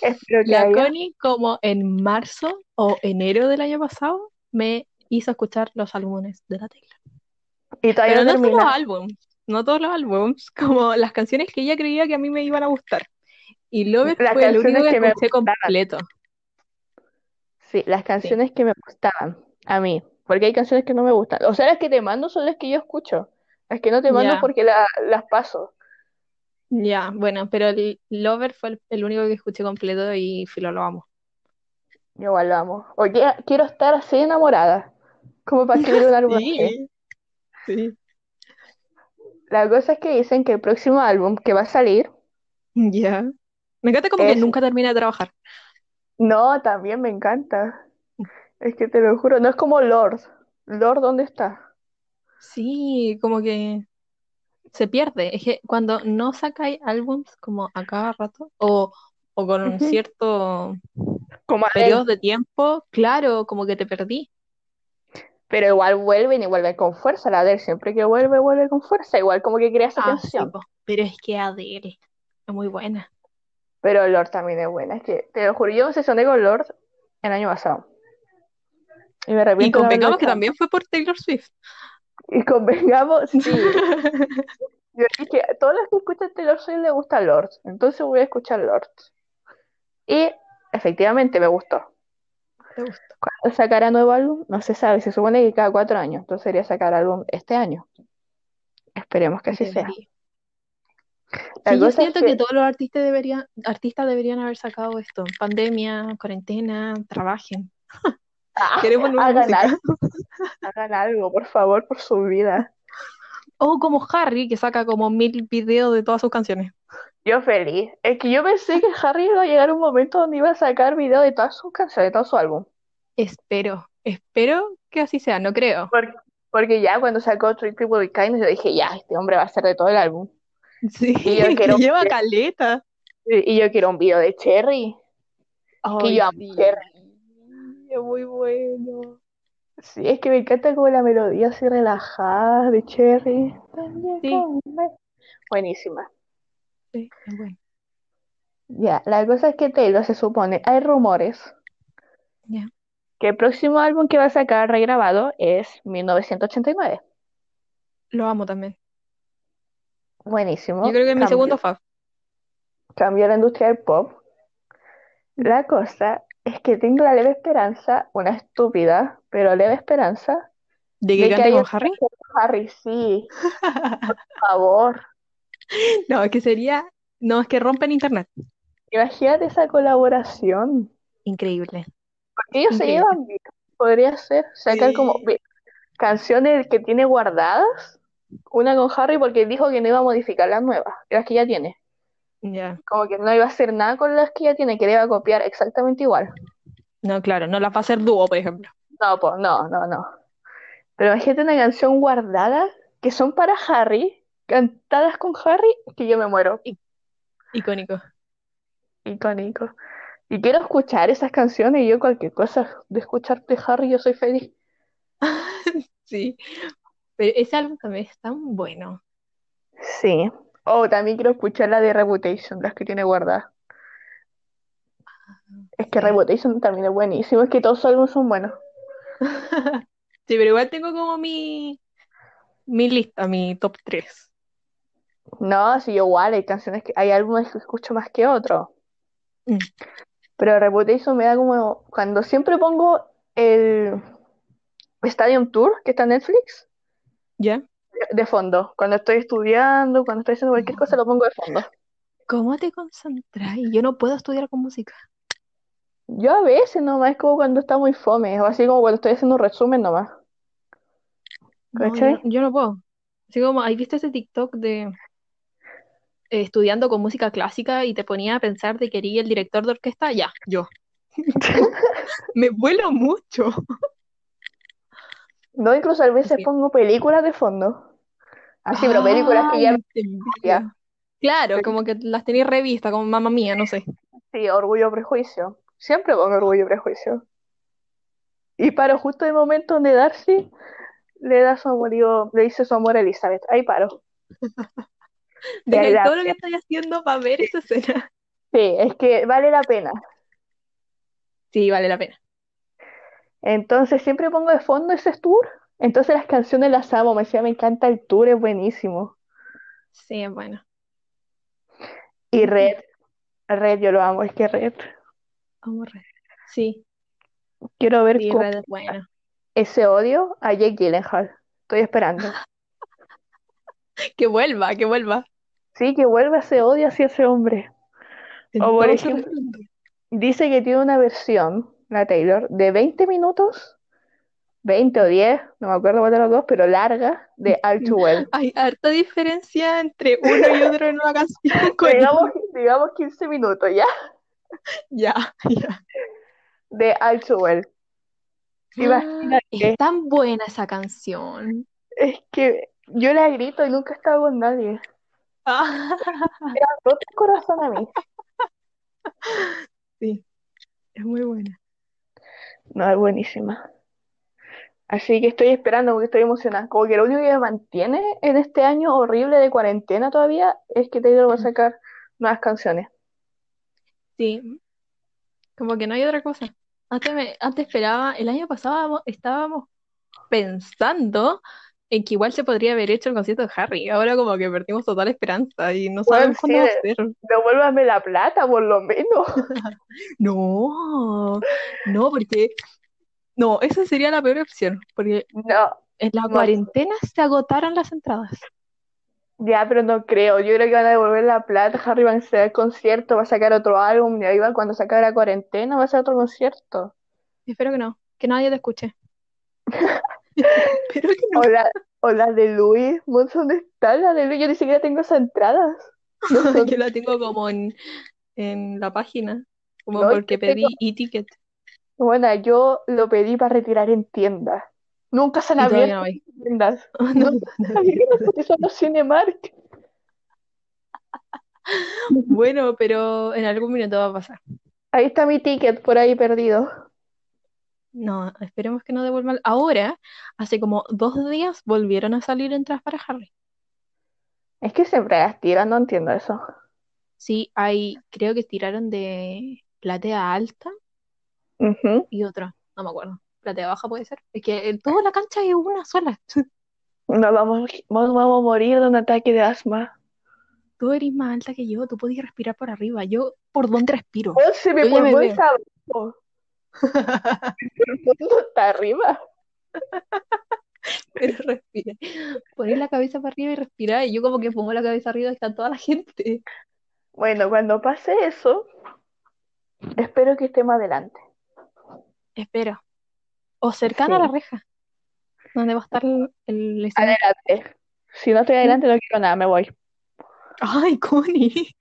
Speaker 2: Espero que
Speaker 1: La
Speaker 2: haya.
Speaker 1: Connie, como en marzo o enero del año pasado, me hizo escuchar los álbumes de la Taylor.
Speaker 2: Y todavía
Speaker 1: Pero no
Speaker 2: no
Speaker 1: todos los
Speaker 2: termina.
Speaker 1: álbumes, no todos los álbumes, como las canciones que ella creía que a mí me iban a gustar. Y Lover
Speaker 2: Las
Speaker 1: fue el único
Speaker 2: canciones
Speaker 1: que
Speaker 2: que me
Speaker 1: escuché
Speaker 2: gustaban.
Speaker 1: completo.
Speaker 2: Sí, las
Speaker 1: Sí.
Speaker 2: canciones que me gustaban a mí, porque hay canciones que no me gustan. O sea, las que te mando son las que yo escucho. Las que no te mando
Speaker 1: Ya,
Speaker 2: porque la- las paso.
Speaker 1: ya, bueno, pero el Lover fue el, el único que escuché completo y filo, lo amo.
Speaker 2: Yo igual lo amo. Oye, quiero estar así enamorada, como para escribir un álbum así.
Speaker 1: Sí, sí.
Speaker 2: La cosa es que dicen que el próximo álbum que va a salir
Speaker 1: Ya. Me encanta como que
Speaker 2: es...
Speaker 1: nunca termina de trabajar.
Speaker 2: No, también me encanta. Es que te lo juro, no es como Lord. Lord, ¿dónde está?
Speaker 1: Sí, como que se pierde. Es que cuando no sacáis álbums como a cada rato o, o con un
Speaker 2: Ujú.
Speaker 1: cierto
Speaker 2: Como
Speaker 1: periodo
Speaker 2: Adele.
Speaker 1: de tiempo, claro, como que te perdí.
Speaker 2: Pero igual vuelven y vuelven con fuerza. La Adele siempre que vuelve, vuelve con fuerza. Igual como que crea esa
Speaker 1: Ah, sí,
Speaker 2: tensión.
Speaker 1: po. Pero es que Adele es muy buena.
Speaker 2: Pero Lord también es buena, es que te lo juro, yo me obsesioné con Lord el año pasado y me
Speaker 1: Y
Speaker 2: arrepiento de haberlo
Speaker 1: convengamos que
Speaker 2: hecho.
Speaker 1: también fue por Taylor Swift.
Speaker 2: Y convengamos, sí, yo dije, a todos los que escuchan Taylor Swift le gusta Lord, entonces voy a escuchar Lord. Y efectivamente me gustó.
Speaker 1: Te gustó.
Speaker 2: ¿Cuándo sacará nuevo álbum? No se sabe, se supone que cada cuatro años, entonces sería sacar álbum este año. Esperemos que así sea.
Speaker 1: Debería.
Speaker 2: La
Speaker 1: Sí, yo
Speaker 2: cosa es
Speaker 1: siento que
Speaker 2: que,
Speaker 1: todos los artistas deberían, artistas deberían haber sacado esto. Pandemia, cuarentena, trabajen.
Speaker 2: ah,
Speaker 1: Queremos nueva
Speaker 2: hagan
Speaker 1: música.
Speaker 2: algo, hagan algo, por favor, por su vida.
Speaker 1: O como Harry, que saca como mil videos de todas sus canciones.
Speaker 2: Yo feliz. Es que yo pensé que Harry iba a llegar un momento donde iba a sacar video de todas sus canciones, de todo su álbum.
Speaker 1: Espero, espero que así sea, no creo.
Speaker 2: Porque, porque ya cuando sacó Three People Be Kind, yo dije, ya, este hombre va a hacer de todo el álbum.
Speaker 1: Sí,
Speaker 2: Y yo
Speaker 1: que
Speaker 2: quiero,
Speaker 1: lleva caleta.
Speaker 2: y yo quiero un video de Cherry, que
Speaker 1: Ay,
Speaker 2: yo amo
Speaker 1: sí,
Speaker 2: Cherry.
Speaker 1: es muy bueno.
Speaker 2: Sí, es que me encanta como la melodía así relajada de Cherry.
Speaker 1: Sí,
Speaker 2: Buenísima.
Speaker 1: sí, es bueno.
Speaker 2: Ya, la cosa es que Taylor se supone, hay rumores
Speaker 1: Ya.
Speaker 2: que el próximo álbum que va a sacar regrabado es 1989.
Speaker 1: Lo amo también. Yo
Speaker 2: Buenísimo.
Speaker 1: creo que es mi segundo
Speaker 2: Cambió,
Speaker 1: fav.
Speaker 2: cambió la industria del pop. La cosa es que tengo la leve esperanza, una estúpida, pero leve esperanza,
Speaker 1: ¿De que
Speaker 2: de que
Speaker 1: cante con
Speaker 2: haya un
Speaker 1: Harry?
Speaker 2: Harry, sí, por favor.
Speaker 1: No, es que sería. No, es que rompen internet.
Speaker 2: Imagínate esa colaboración.
Speaker 1: Increíble,
Speaker 2: Porque ellos se
Speaker 1: increíble.
Speaker 2: llevan bien. Podría ser sacar como
Speaker 1: Sí.
Speaker 2: ve, canciones que tiene guardadas, una con Harry porque dijo que no iba a modificar las nuevas, las que ya tiene.
Speaker 1: Ya.
Speaker 2: Como que no iba a hacer nada con las que ya tiene, que le iba a copiar exactamente igual.
Speaker 1: No, claro, no las va a hacer dúo, por ejemplo.
Speaker 2: No, pues no, no, no. Pero imagínate una canción guardada que son para Harry, cantadas con Harry, que yo me muero.
Speaker 1: I- Icónico.
Speaker 2: Icónico. Y quiero escuchar esas canciones y yo cualquier cosa de escucharte, Harry, yo soy feliz.
Speaker 1: Sí. Pero ese álbum también es tan bueno.
Speaker 2: Sí. Oh, también quiero escuchar la de Reputation, las que tiene guardada. Es que
Speaker 1: Sí.
Speaker 2: Reputation también es buenísimo, es que todos sus álbumes son buenos.
Speaker 1: Sí, pero igual tengo como mi, mi lista, mi top 3.
Speaker 2: No, sí, yo igual, hay canciones que, hay álbumes que escucho más que otros. Pero Reputation me da como, cuando siempre pongo el Stadium Tour, que está en Netflix,
Speaker 1: ¿Ya?
Speaker 2: de fondo. Cuando estoy estudiando, cuando estoy haciendo cualquier cosa,
Speaker 1: No.
Speaker 2: lo pongo de fondo.
Speaker 1: ¿Cómo te concentras? Y Yo no puedo estudiar con música.
Speaker 2: Yo a veces nomás, es como cuando está muy fome, o así como cuando estoy haciendo un resumen nomás.
Speaker 1: No, yo no,
Speaker 2: ¿Cachai?
Speaker 1: yo no puedo. Así como, ¿has visto ese TikTok de eh, estudiando con música clásica y te ponía a pensar de que quería el director de orquesta? Ya, yo. Me vuelo mucho.
Speaker 2: No, incluso a veces
Speaker 1: Así.
Speaker 2: pongo películas de fondo. Así, pero películas que ya
Speaker 1: Ay,
Speaker 2: me
Speaker 1: te
Speaker 2: ya.
Speaker 1: envidio. Claro, como que las tenéis revista, como mamá mía, no sé.
Speaker 2: Sí, Orgullo y Prejuicio. Siempre pongo Orgullo y Prejuicio. Y paro justo en el momento donde Darcy le da su amorío, le dice su amor a Elizabeth. Ahí paro. Y ahí
Speaker 1: Dejáis
Speaker 2: la
Speaker 1: todo lo que estáis haciendo para ver esa escena.
Speaker 2: Sí, es que vale la pena.
Speaker 1: Sí, vale la pena.
Speaker 2: Entonces siempre pongo de fondo ese tour. Entonces las canciones las amo. Me decía, me encanta el tour, es buenísimo.
Speaker 1: Sí, es bueno.
Speaker 2: Y Red, Red, yo lo amo, es que Red.
Speaker 1: Amo Red. Sí,
Speaker 2: Quiero ver
Speaker 1: sí,
Speaker 2: cómo
Speaker 1: Red es bueno.
Speaker 2: ese odio a Jake Gyllenhaal. Estoy esperando.
Speaker 1: Que vuelva, que vuelva.
Speaker 2: Sí, que vuelva ese odio hacia ese hombre.
Speaker 1: En
Speaker 2: O por
Speaker 1: todo su
Speaker 2: ejemplo,
Speaker 1: resplendor.
Speaker 2: dice que tiene una versión, la Taylor, de 20 minutos, 20 o 10, no me acuerdo cuál de los dos, pero larga, de All Too Well.
Speaker 1: Hay harta diferencia entre uno y otro en una canción,
Speaker 2: Digamos,
Speaker 1: coño.
Speaker 2: digamos 15 minutos, ¿ya?
Speaker 1: Ya, ya.
Speaker 2: De All Too Well.
Speaker 1: Ah, Es
Speaker 2: Imagínate,
Speaker 1: tan buena esa canción.
Speaker 2: es que yo la grito y nunca he estado con nadie.
Speaker 1: Ah,
Speaker 2: Era roto el corazón a mí.
Speaker 1: sí, es muy buena.
Speaker 2: No, es buenísima. Así que estoy esperando porque estoy emocionada. Como que lo único que me mantiene en este año horrible de cuarentena todavía es que Taylor va a sacar nuevas canciones.
Speaker 1: Sí. Como que no hay otra cosa. Antes, me, antes esperaba, el año pasado estábamos estábamos pensando en que igual se podría haber hecho el concierto de Harry. Ahora como que perdimos total esperanza y no
Speaker 2: Bueno,
Speaker 1: sabemos
Speaker 2: sí,
Speaker 1: cuándo va a
Speaker 2: de-
Speaker 1: ser.
Speaker 2: devuélvame la plata por lo menos.
Speaker 1: No, no, porque no, esa sería la peor opción, porque
Speaker 2: No,
Speaker 1: en la
Speaker 2: no,
Speaker 1: cuarentena se agotaron las entradas.
Speaker 2: Ya, pero no creo. Yo creo que van a devolver la plata. Harry va a hacer el concierto, va a sacar otro álbum. Y ahí va, cuando se acabe la cuarentena, va a hacer otro concierto.
Speaker 1: Espero que no, que nadie te escuche. Espero que no.
Speaker 2: O la, o la de Luis. Mons, ¿Dónde está la de Luis? Yo ni siquiera tengo esas entradas. No sé.
Speaker 1: Yo la tengo como en, en la página, como
Speaker 2: No, yo
Speaker 1: porque pedí
Speaker 2: tengo-
Speaker 1: e-ticket
Speaker 2: Bueno, yo lo pedí para retirar en tiendas. Nunca se han
Speaker 1: y todavía
Speaker 2: abierto
Speaker 1: no voy.
Speaker 2: tiendas.
Speaker 1: No,
Speaker 2: No,
Speaker 1: no,
Speaker 2: Sabía que no porque son los Cinemark.
Speaker 1: no. Bueno, pero en algún minuto va a pasar.
Speaker 2: Ahí está mi ticket, por ahí perdido.
Speaker 1: No, esperemos que no devuelvan. Ahora, hace como dos días volvieron a salir entradas para Harry.
Speaker 2: Es que siempre las tiran, no entiendo eso.
Speaker 1: Sí, hay, creo que tiraron de platea alta
Speaker 2: Ujú.
Speaker 1: y otra, no me acuerdo. Platea baja puede ser. Es que eh, toda la cancha es una sola.
Speaker 2: Nos vamos, nos vamos a morir de un ataque de asma.
Speaker 1: Tú eres más alta que yo, tú podías respirar por arriba. Yo, ¿por dónde respiro?
Speaker 2: Oh, si mi
Speaker 1: Yo ya me
Speaker 2: pulmón
Speaker 1: veo.
Speaker 2: está abajo, mi pulmón está arriba.
Speaker 1: Pero respira. Poner la cabeza para arriba y respirar. Y yo como que pongo la cabeza arriba y está toda la gente.
Speaker 2: Bueno, cuando pase eso, espero que esté más adelante.
Speaker 1: Espero. O cercana a la
Speaker 2: Sí.
Speaker 1: reja, donde va a estar el, el escenario.
Speaker 2: Adelante. Eh, Si no estoy adelante, no quiero nada, me voy.
Speaker 1: Ay, Connie.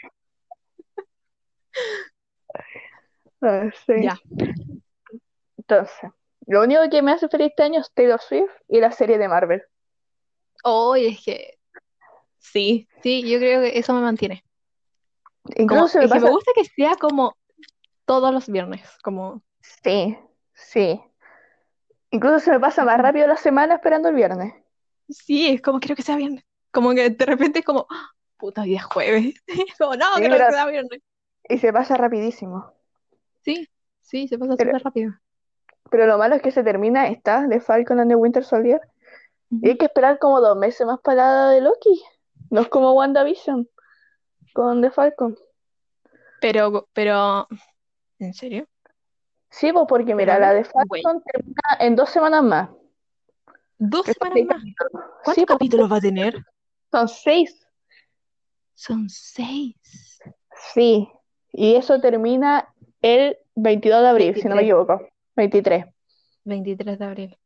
Speaker 2: Ah, sí.
Speaker 1: Ya.
Speaker 2: Entonces, lo único que me hace feliz este año es Taylor Swift y la serie de Marvel.
Speaker 1: Oye, es que sí, sí, yo creo que eso me mantiene.
Speaker 2: Incluso
Speaker 1: Como,
Speaker 2: se me
Speaker 1: es que me
Speaker 2: pasa.
Speaker 1: gusta que sea como todos los viernes, como
Speaker 2: Sí, sí. Incluso se me pasa más rápido la semana esperando el viernes.
Speaker 1: sí, es como quiero que sea viernes. Como que de repente es como, ¡Ah! puta, hoy día es jueves. Es como, no,
Speaker 2: Sí,
Speaker 1: quiero que
Speaker 2: pero-
Speaker 1: sea viernes.
Speaker 2: Y se pasa rapidísimo.
Speaker 1: Sí, sí, se pasa
Speaker 2: Pero,
Speaker 1: súper rápido.
Speaker 2: pero lo malo es que se termina esta de Falcon and the Winter Soldier. Y hay
Speaker 1: Ujú.
Speaker 2: que esperar como dos meses más para la de Loki. No es como WandaVision con The Falcon.
Speaker 1: Pero, pero, ¿en serio?
Speaker 2: Sí, pues porque
Speaker 1: Pero
Speaker 2: mira, la
Speaker 1: ahora,
Speaker 2: de
Speaker 1: güey,
Speaker 2: Falcon termina en dos semanas más.
Speaker 1: dos
Speaker 2: Que son
Speaker 1: semanas
Speaker 2: seis
Speaker 1: más.
Speaker 2: capítulos.
Speaker 1: ¿Cuántos
Speaker 2: Sí, pues
Speaker 1: capítulos va a tener?
Speaker 2: son seis.
Speaker 1: Son seis.
Speaker 2: Sí. Y eso termina el 22 de abril, si no me
Speaker 1: 23,
Speaker 2: equivoco. 23.
Speaker 1: 23 de abril.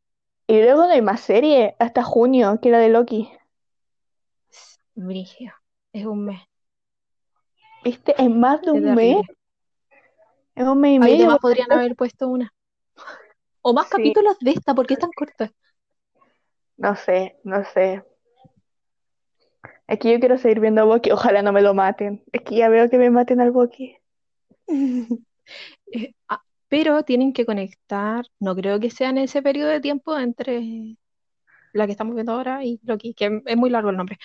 Speaker 2: Y luego no hay más serie hasta junio, que la de Loki.
Speaker 1: Brígido. Es un mes.
Speaker 2: Viste, Este, es más de
Speaker 1: Qué
Speaker 2: un mes,
Speaker 1: terrible.
Speaker 2: es un mes y
Speaker 1: Ahí
Speaker 2: medio.
Speaker 1: demás
Speaker 2: porque-
Speaker 1: podrían haber puesto una. O más
Speaker 2: Sí,
Speaker 1: capítulos de esta, porque es tan corta?
Speaker 2: no sé, no sé. Es que yo quiero seguir viendo a Bucky, ojalá no me lo maten. Es que ya veo que me maten al Bucky.
Speaker 1: Eh, ah, pero tienen que conectar, no creo que sea en ese periodo de tiempo entre la que estamos viendo ahora y Loki, que es muy largo el nombre.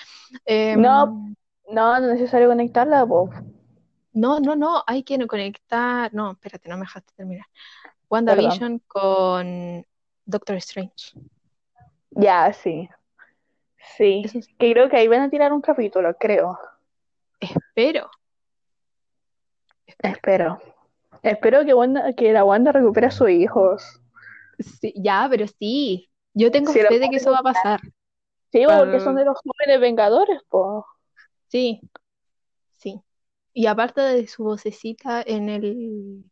Speaker 2: No,
Speaker 1: Em,
Speaker 2: no, no es necesario conectarla, po.
Speaker 1: no, no, no, hay que conectar. No, espérate, no me dejaste terminar.
Speaker 2: Perdón.
Speaker 1: WandaVision con Doctor Strange.
Speaker 2: Ya, sí, sí.
Speaker 1: Eso sí,
Speaker 2: Que creo que ahí van a tirar un capítulo, creo.
Speaker 1: espero, espero.
Speaker 2: Espero. Espero que Wanda, que la Wanda recupere a sus hijos.
Speaker 1: Sí, ya, pero sí, yo tengo
Speaker 2: Si los
Speaker 1: fe de que eso
Speaker 2: jóvenes,
Speaker 1: va a pasar.
Speaker 2: sí, po, porque son
Speaker 1: Al-
Speaker 2: de los jóvenes Vengadores, po.
Speaker 1: Sí, sí. Y aparte de su vocecita en el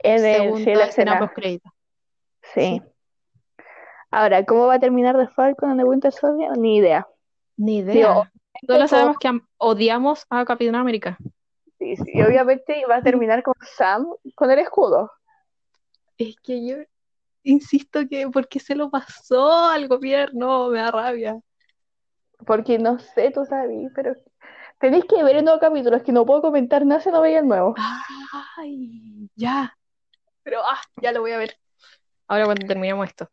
Speaker 2: En el, sí, la
Speaker 1: segunda escena
Speaker 2: escena,
Speaker 1: postcrédito. Sí,
Speaker 2: sí. Ahora, ¿cómo va a terminar The Falcon and the Winter Soldier? Ni idea.
Speaker 1: ni
Speaker 2: Digo,
Speaker 1: idea. Solo
Speaker 2: obviamente como,
Speaker 1: sabemos que am- odiamos a Capitán América.
Speaker 2: sí, sí, y obviamente va a terminar con Sam con el escudo.
Speaker 1: Es que yo insisto que porque se lo pasó al gobierno, me da rabia.
Speaker 2: Porque no sé, tú sabes, pero tenéis que ver el nuevo capítulo, es que no puedo comentar nada si no veía el nuevo.
Speaker 1: Ay, ya, pero ah, ya lo voy a ver. Ahora cuando terminemos esto.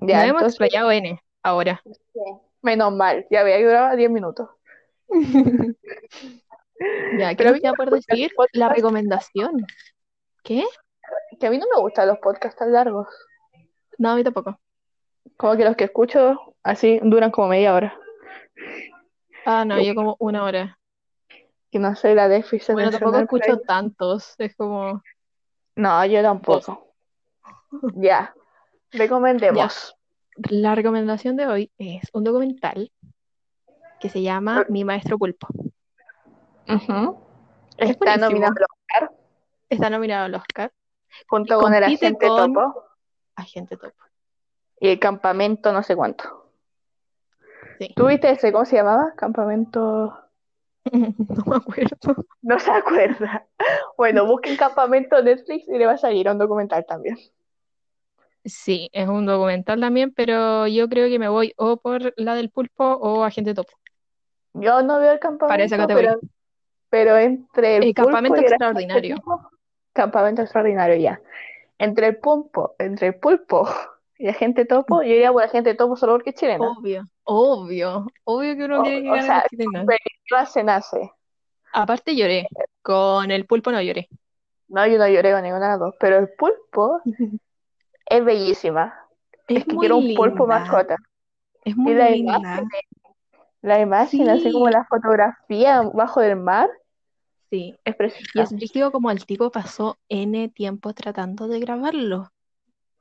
Speaker 1: No
Speaker 2: Ya,
Speaker 1: hemos
Speaker 2: entonces,
Speaker 1: explayado N E, ahora.
Speaker 2: sí, menos mal, ya había durado 10 minutos.
Speaker 1: Ya, ¿qué
Speaker 2: Pero a
Speaker 1: nos
Speaker 2: mí no
Speaker 1: queda
Speaker 2: me
Speaker 1: por
Speaker 2: gustan los
Speaker 1: decir? La
Speaker 2: podcasts,
Speaker 1: recomendación. ¿Qué?
Speaker 2: que a mí no me gustan los podcasts tan largos.
Speaker 1: No, a mí tampoco.
Speaker 2: Como que los que escucho así duran como media hora.
Speaker 1: Ah, no,
Speaker 2: Que,
Speaker 1: yo como una hora.
Speaker 2: que no sé, la déficit
Speaker 1: Bueno, tampoco
Speaker 2: atencional por ahí.
Speaker 1: escucho tantos. Es como
Speaker 2: No,
Speaker 1: dos.
Speaker 2: yo tampoco.
Speaker 1: Ya,
Speaker 2: Ya, recomendemos.
Speaker 1: la recomendación de hoy es un documental que se llama Mi Maestro Pulpo.
Speaker 2: Ujú.
Speaker 1: Es
Speaker 2: Está
Speaker 1: buenísimo.
Speaker 2: nominado al Oscar
Speaker 1: Está nominado al Oscar.
Speaker 2: junto con el
Speaker 1: Compite
Speaker 2: agente
Speaker 1: con-
Speaker 2: topo
Speaker 1: Agente Top.
Speaker 2: y el campamento no sé cuánto.
Speaker 1: Sí.
Speaker 2: ¿Tuviste ese? ¿Cómo se llamaba? Campamento.
Speaker 1: No me acuerdo.
Speaker 2: No se acuerda. Bueno, busquen campamento Netflix y le va a salir un documental también.
Speaker 1: Sí, es un documental también, pero yo creo que me voy o por la del pulpo o Agente Topo.
Speaker 2: Yo no veo el
Speaker 1: Para esa
Speaker 2: campamento,
Speaker 1: categoría.
Speaker 2: pero, pero entre el
Speaker 1: El
Speaker 2: pulpo
Speaker 1: campamento
Speaker 2: y el
Speaker 1: extraordinario.
Speaker 2: Topo- campamento extraordinario ya. Entre el pulpo, entre el pulpo y la gente topo, yo iría por la gente topo solo porque es chilena.
Speaker 1: Obvio, obvio, obvio que uno
Speaker 2: O,
Speaker 1: quiere que
Speaker 2: o
Speaker 1: gane la
Speaker 2: sea,
Speaker 1: chilena.
Speaker 2: competitiva se nace.
Speaker 1: Aparte lloré, con el pulpo no lloré.
Speaker 2: No, yo no lloré con ninguna de las dos, pero el pulpo es bellísima.
Speaker 1: Es
Speaker 2: Es que
Speaker 1: muy
Speaker 2: quiero un pulpo
Speaker 1: linda,
Speaker 2: mascota.
Speaker 1: es
Speaker 2: Y
Speaker 1: muy
Speaker 2: la
Speaker 1: linda.
Speaker 2: imagen, la imagen, así como
Speaker 1: Sí,
Speaker 2: la fotografía bajo del mar,
Speaker 1: sí. Y
Speaker 2: es
Speaker 1: es
Speaker 2: preciosa.
Speaker 1: brígido como el tipo pasó N tiempo tratando de grabarlo.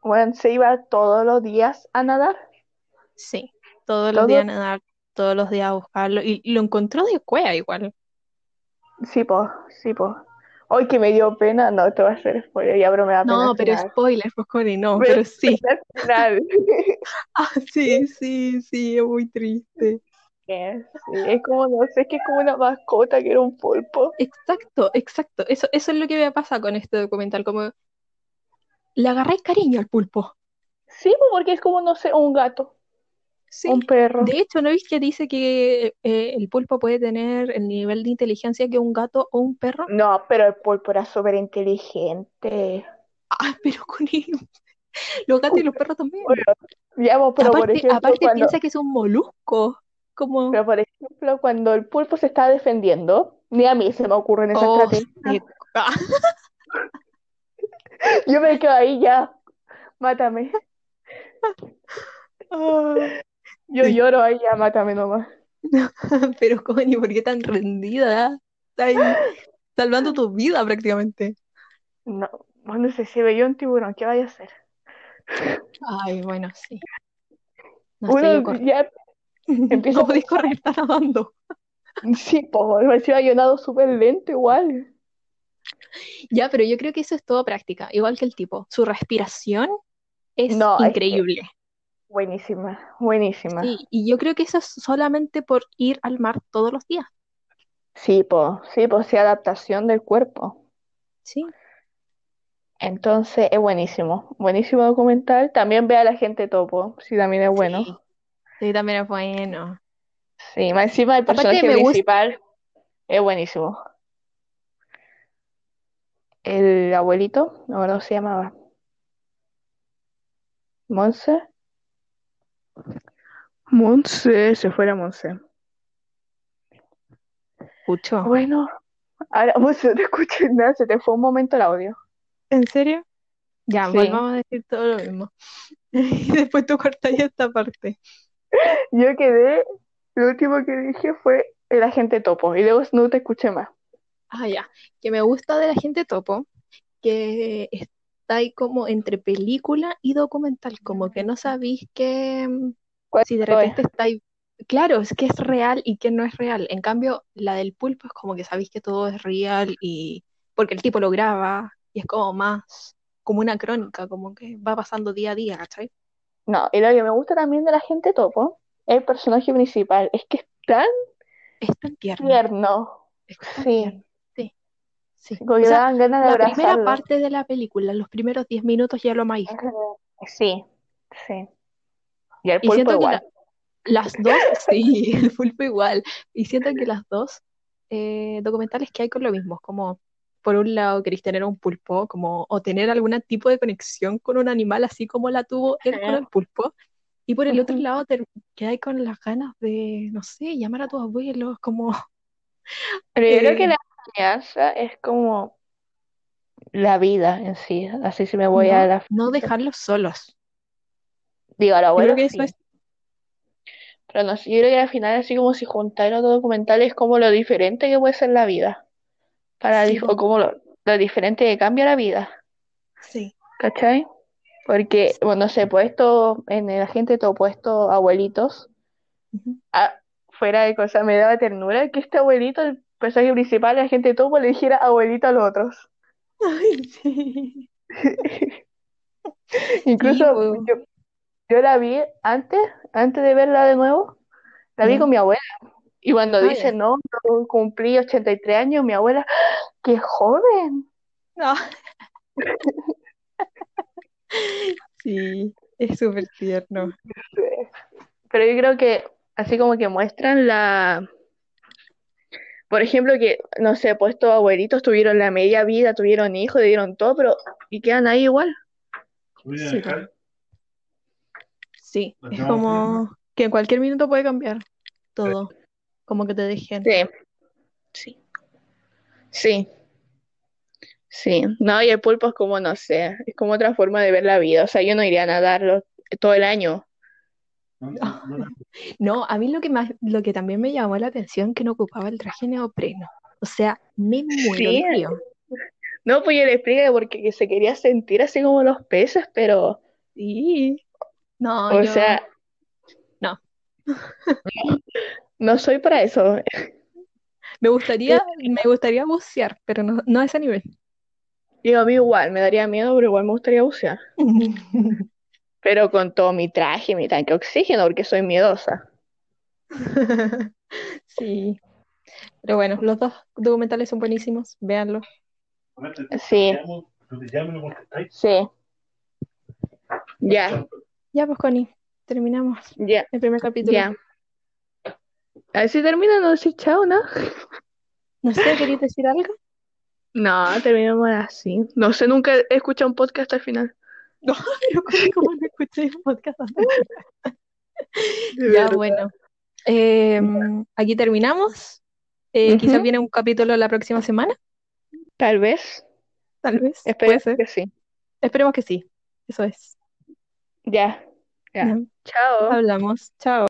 Speaker 2: Bueno, se iba todos los días a nadar,
Speaker 1: Sí, todos los días
Speaker 2: todos,
Speaker 1: a nadar, todos los días a buscarlo. Y y lo encontró de cueva igual.
Speaker 2: sí, po, sí, po. Hoy que me dio pena, no te voy a hacer spoiler, ya, pero me da pena al
Speaker 1: No, pero
Speaker 2: final.
Speaker 1: spoiler, pues Connie, no,
Speaker 2: Ah, Pero
Speaker 1: pero sí.
Speaker 2: al final,
Speaker 1: Ah, sí, sí, sí, es muy triste.
Speaker 2: que sí, es como, no sé, es que es como una mascota que era un pulpo.
Speaker 1: Exacto, exacto. Eso, eso es lo que me pasa con este documental, como le agarráis cariño al pulpo.
Speaker 2: Sí, po, porque es como, no sé, un gato,
Speaker 1: Sí.
Speaker 2: un perro.
Speaker 1: De hecho, ¿no viste que dice que eh, el pulpo puede tener el nivel de inteligencia que un gato o un perro?
Speaker 2: No, pero el pulpo era súper inteligente.
Speaker 1: Ah, pero con los gatos y los perros
Speaker 2: Bueno,
Speaker 1: también.
Speaker 2: ya, po, pero por
Speaker 1: Aparte,
Speaker 2: ejemplo,
Speaker 1: aparte
Speaker 2: cuando,
Speaker 1: piensa que es un molusco, como,
Speaker 2: pero por ejemplo, cuando el pulpo se está defendiendo, ni a mí se me ocurren esas
Speaker 1: oh,
Speaker 2: estrategias.
Speaker 1: sí. Ah,
Speaker 2: Yo me quedo ahí ya, mátame.
Speaker 1: ah,
Speaker 2: Yo
Speaker 1: sí.
Speaker 2: lloro ahí ya, mátame nomás.
Speaker 1: Pero Connie, ¿por qué tan rendida? Estás ahí salvando tu vida prácticamente.
Speaker 2: No, bueno, sé si veía un tiburón, ¿qué vaya a hacer?
Speaker 1: Ay, bueno, sí. No sé, yo
Speaker 2: Uno
Speaker 1: corro.
Speaker 2: ya empieza
Speaker 1: No
Speaker 2: a
Speaker 1: podéis correr, está nadando.
Speaker 2: pensar, sí, po, me ha llenado súper lento igual.
Speaker 1: Ya, pero yo creo que eso es todo práctica, igual que el tipo. Su respiración es
Speaker 2: No, es que
Speaker 1: increíble.
Speaker 2: buenísima, buenísima.
Speaker 1: Sí, y yo creo que eso es solamente por ir al mar todos los días.
Speaker 2: Sí, po, sí, po, sí, adaptación del cuerpo.
Speaker 1: Sí.
Speaker 2: Entonces es buenísimo, buenísimo documental. También ve a la gente topo, sí, también es bueno.
Speaker 1: Sí, sí, también es bueno.
Speaker 2: Sí, más encima el
Speaker 1: Aparte,
Speaker 2: personaje
Speaker 1: me gusta.
Speaker 2: principal es buenísimo. El abuelito, no, no se llamaba. Monse. Monse, se fue la Monse.
Speaker 1: Escucho.
Speaker 2: Bueno, ahora Monse, no te escuché nada, se te fue un momento el audio.
Speaker 1: ¿En serio? Ya,
Speaker 2: Sí,
Speaker 1: volvamos a decir todo lo mismo. Y después tú cortas ya esta parte.
Speaker 2: yo quedé, lo último que dije fue el agente topo y luego no te escuché más.
Speaker 1: Ah, ya. Que me gusta de la gente topo, que está ahí como entre película y documental, como que no sabéis que mm,
Speaker 2: ¿Cuál
Speaker 1: si de
Speaker 2: fue?
Speaker 1: repente estáis. Claro, es que es real y que no es real. En cambio, la del pulpo es como que sabéis que todo es real y porque el tipo lo graba y es como más como una crónica, como que va pasando día a día, ¿cachai?
Speaker 2: No, y lo que me gusta también de la gente topo es el personaje principal, es que es tan
Speaker 1: Es tan tierno,
Speaker 2: tierno.
Speaker 1: es tan
Speaker 2: Sí,
Speaker 1: tierno. Sí, sí.
Speaker 2: como
Speaker 1: O
Speaker 2: que
Speaker 1: sea,
Speaker 2: daban ganas de
Speaker 1: la primera
Speaker 2: abrazarlo.
Speaker 1: parte de la película, los primeros 10 minutos ya lo amáis.
Speaker 2: Sí, sí. Y el
Speaker 1: Y
Speaker 2: pulpo
Speaker 1: siento que
Speaker 2: igual.
Speaker 1: la- las dos, sí, el pulpo igual. Y siento que las dos eh, documentales que hay con lo mismo, como por un lado queréis tener un pulpo, como o tener algún tipo de conexión con un animal, así como la tuvo él con el pulpo. Y por el otro
Speaker 2: Ujú.
Speaker 1: lado te quedáis con las ganas de, no sé, llamar a tus abuelos, como...
Speaker 2: Pero yo creo que
Speaker 1: eh,
Speaker 2: la enseñanza es como la vida en sí. Así si me voy a
Speaker 1: no,
Speaker 2: la...
Speaker 1: no dejarlos solos.
Speaker 2: Digo,
Speaker 1: Yo
Speaker 2: al
Speaker 1: creo
Speaker 2: abuelo
Speaker 1: que eso
Speaker 2: sí.
Speaker 1: es...
Speaker 2: Pero no, sé, yo creo que al final así como si juntar los dos documentales como lo diferente que puede ser la vida. Para,
Speaker 1: Sí,
Speaker 2: dif- o
Speaker 1: po,
Speaker 2: como lo, lo diferente que cambia la vida.
Speaker 1: sí.
Speaker 2: ¿Cachai? Porque, bueno, no sé, pues esto, en el agente todo puesto abuelitos,
Speaker 1: Ujú.
Speaker 2: fuera de cosa, me daba ternura que este abuelito, el personaje principal, la gente topo, le dijera abuelito a los otros.
Speaker 1: Ay, sí. Sí,
Speaker 2: Incluso
Speaker 1: pues.
Speaker 2: yo, yo la vi antes, antes de verla de nuevo, la vi
Speaker 1: ¿Mm?
Speaker 2: con mi abuela. Y cuando
Speaker 1: Ah,
Speaker 2: dice,
Speaker 1: ya.
Speaker 2: no, yo cumplí 83 años, mi abuela, ¡Ah! ¡qué joven!
Speaker 1: No. Sí, es súper tierno.
Speaker 2: Pero yo creo que así como que muestran la, por ejemplo, que, no sé, pues estos abuelitos tuvieron la media vida, tuvieron hijos, le dieron todo, pero y quedan ahí igual.
Speaker 1: Sí, po. Sí, es como que en cualquier minuto puede cambiar todo, como que te dejen.
Speaker 2: Sí, sí, sí, sí. No, y el pulpo es como, no sé, es como otra forma de ver la vida. O sea, yo no iría a nadarlo todo el año.
Speaker 1: No, a mí lo que más, lo que también me llamó la atención que no ocupaba el traje neopreno. O sea, me muero el
Speaker 2: Sí,
Speaker 1: frío.
Speaker 2: no, pues yo le expliqué porque se quería sentir así como los peces, pero,
Speaker 1: Sí. No,
Speaker 2: o
Speaker 1: yo
Speaker 2: sea,
Speaker 1: no.
Speaker 2: no soy para eso.
Speaker 1: Me gustaría, me gustaría bucear, pero no, no a ese nivel.
Speaker 2: Digo, a mí igual, me daría miedo, pero igual me gustaría bucear. Pero con todo mi traje, mi tanque de oxígeno, porque soy miedosa.
Speaker 1: Sí. Pero bueno, los dos documentales son buenísimos, véanlos.
Speaker 2: Sí, sí, ya,
Speaker 1: Ya, pues Connie, terminamos
Speaker 2: ya,
Speaker 1: el primer capítulo.
Speaker 2: ya. A ver si termina, no decís chao, ¿no?
Speaker 1: No sé, ¿querías decir algo?
Speaker 2: No, terminamos así. No sé, nunca he escuchado un podcast al final.
Speaker 1: No, pero Connie, ¿cómo no escuché el podcast hasta el final?
Speaker 2: De
Speaker 1: Ya,
Speaker 2: verdad.
Speaker 1: bueno. Em, aquí terminamos. Eh,
Speaker 2: Ujú,
Speaker 1: quizás viene un capítulo la próxima semana,
Speaker 2: Tal vez.
Speaker 1: tal vez, puede
Speaker 2: Esperemos
Speaker 1: ser.
Speaker 2: que sí.
Speaker 1: Esperemos que sí. Eso es.
Speaker 2: Ya,
Speaker 1: Ya.
Speaker 2: ya. Chao.
Speaker 1: Hablamos. Chao.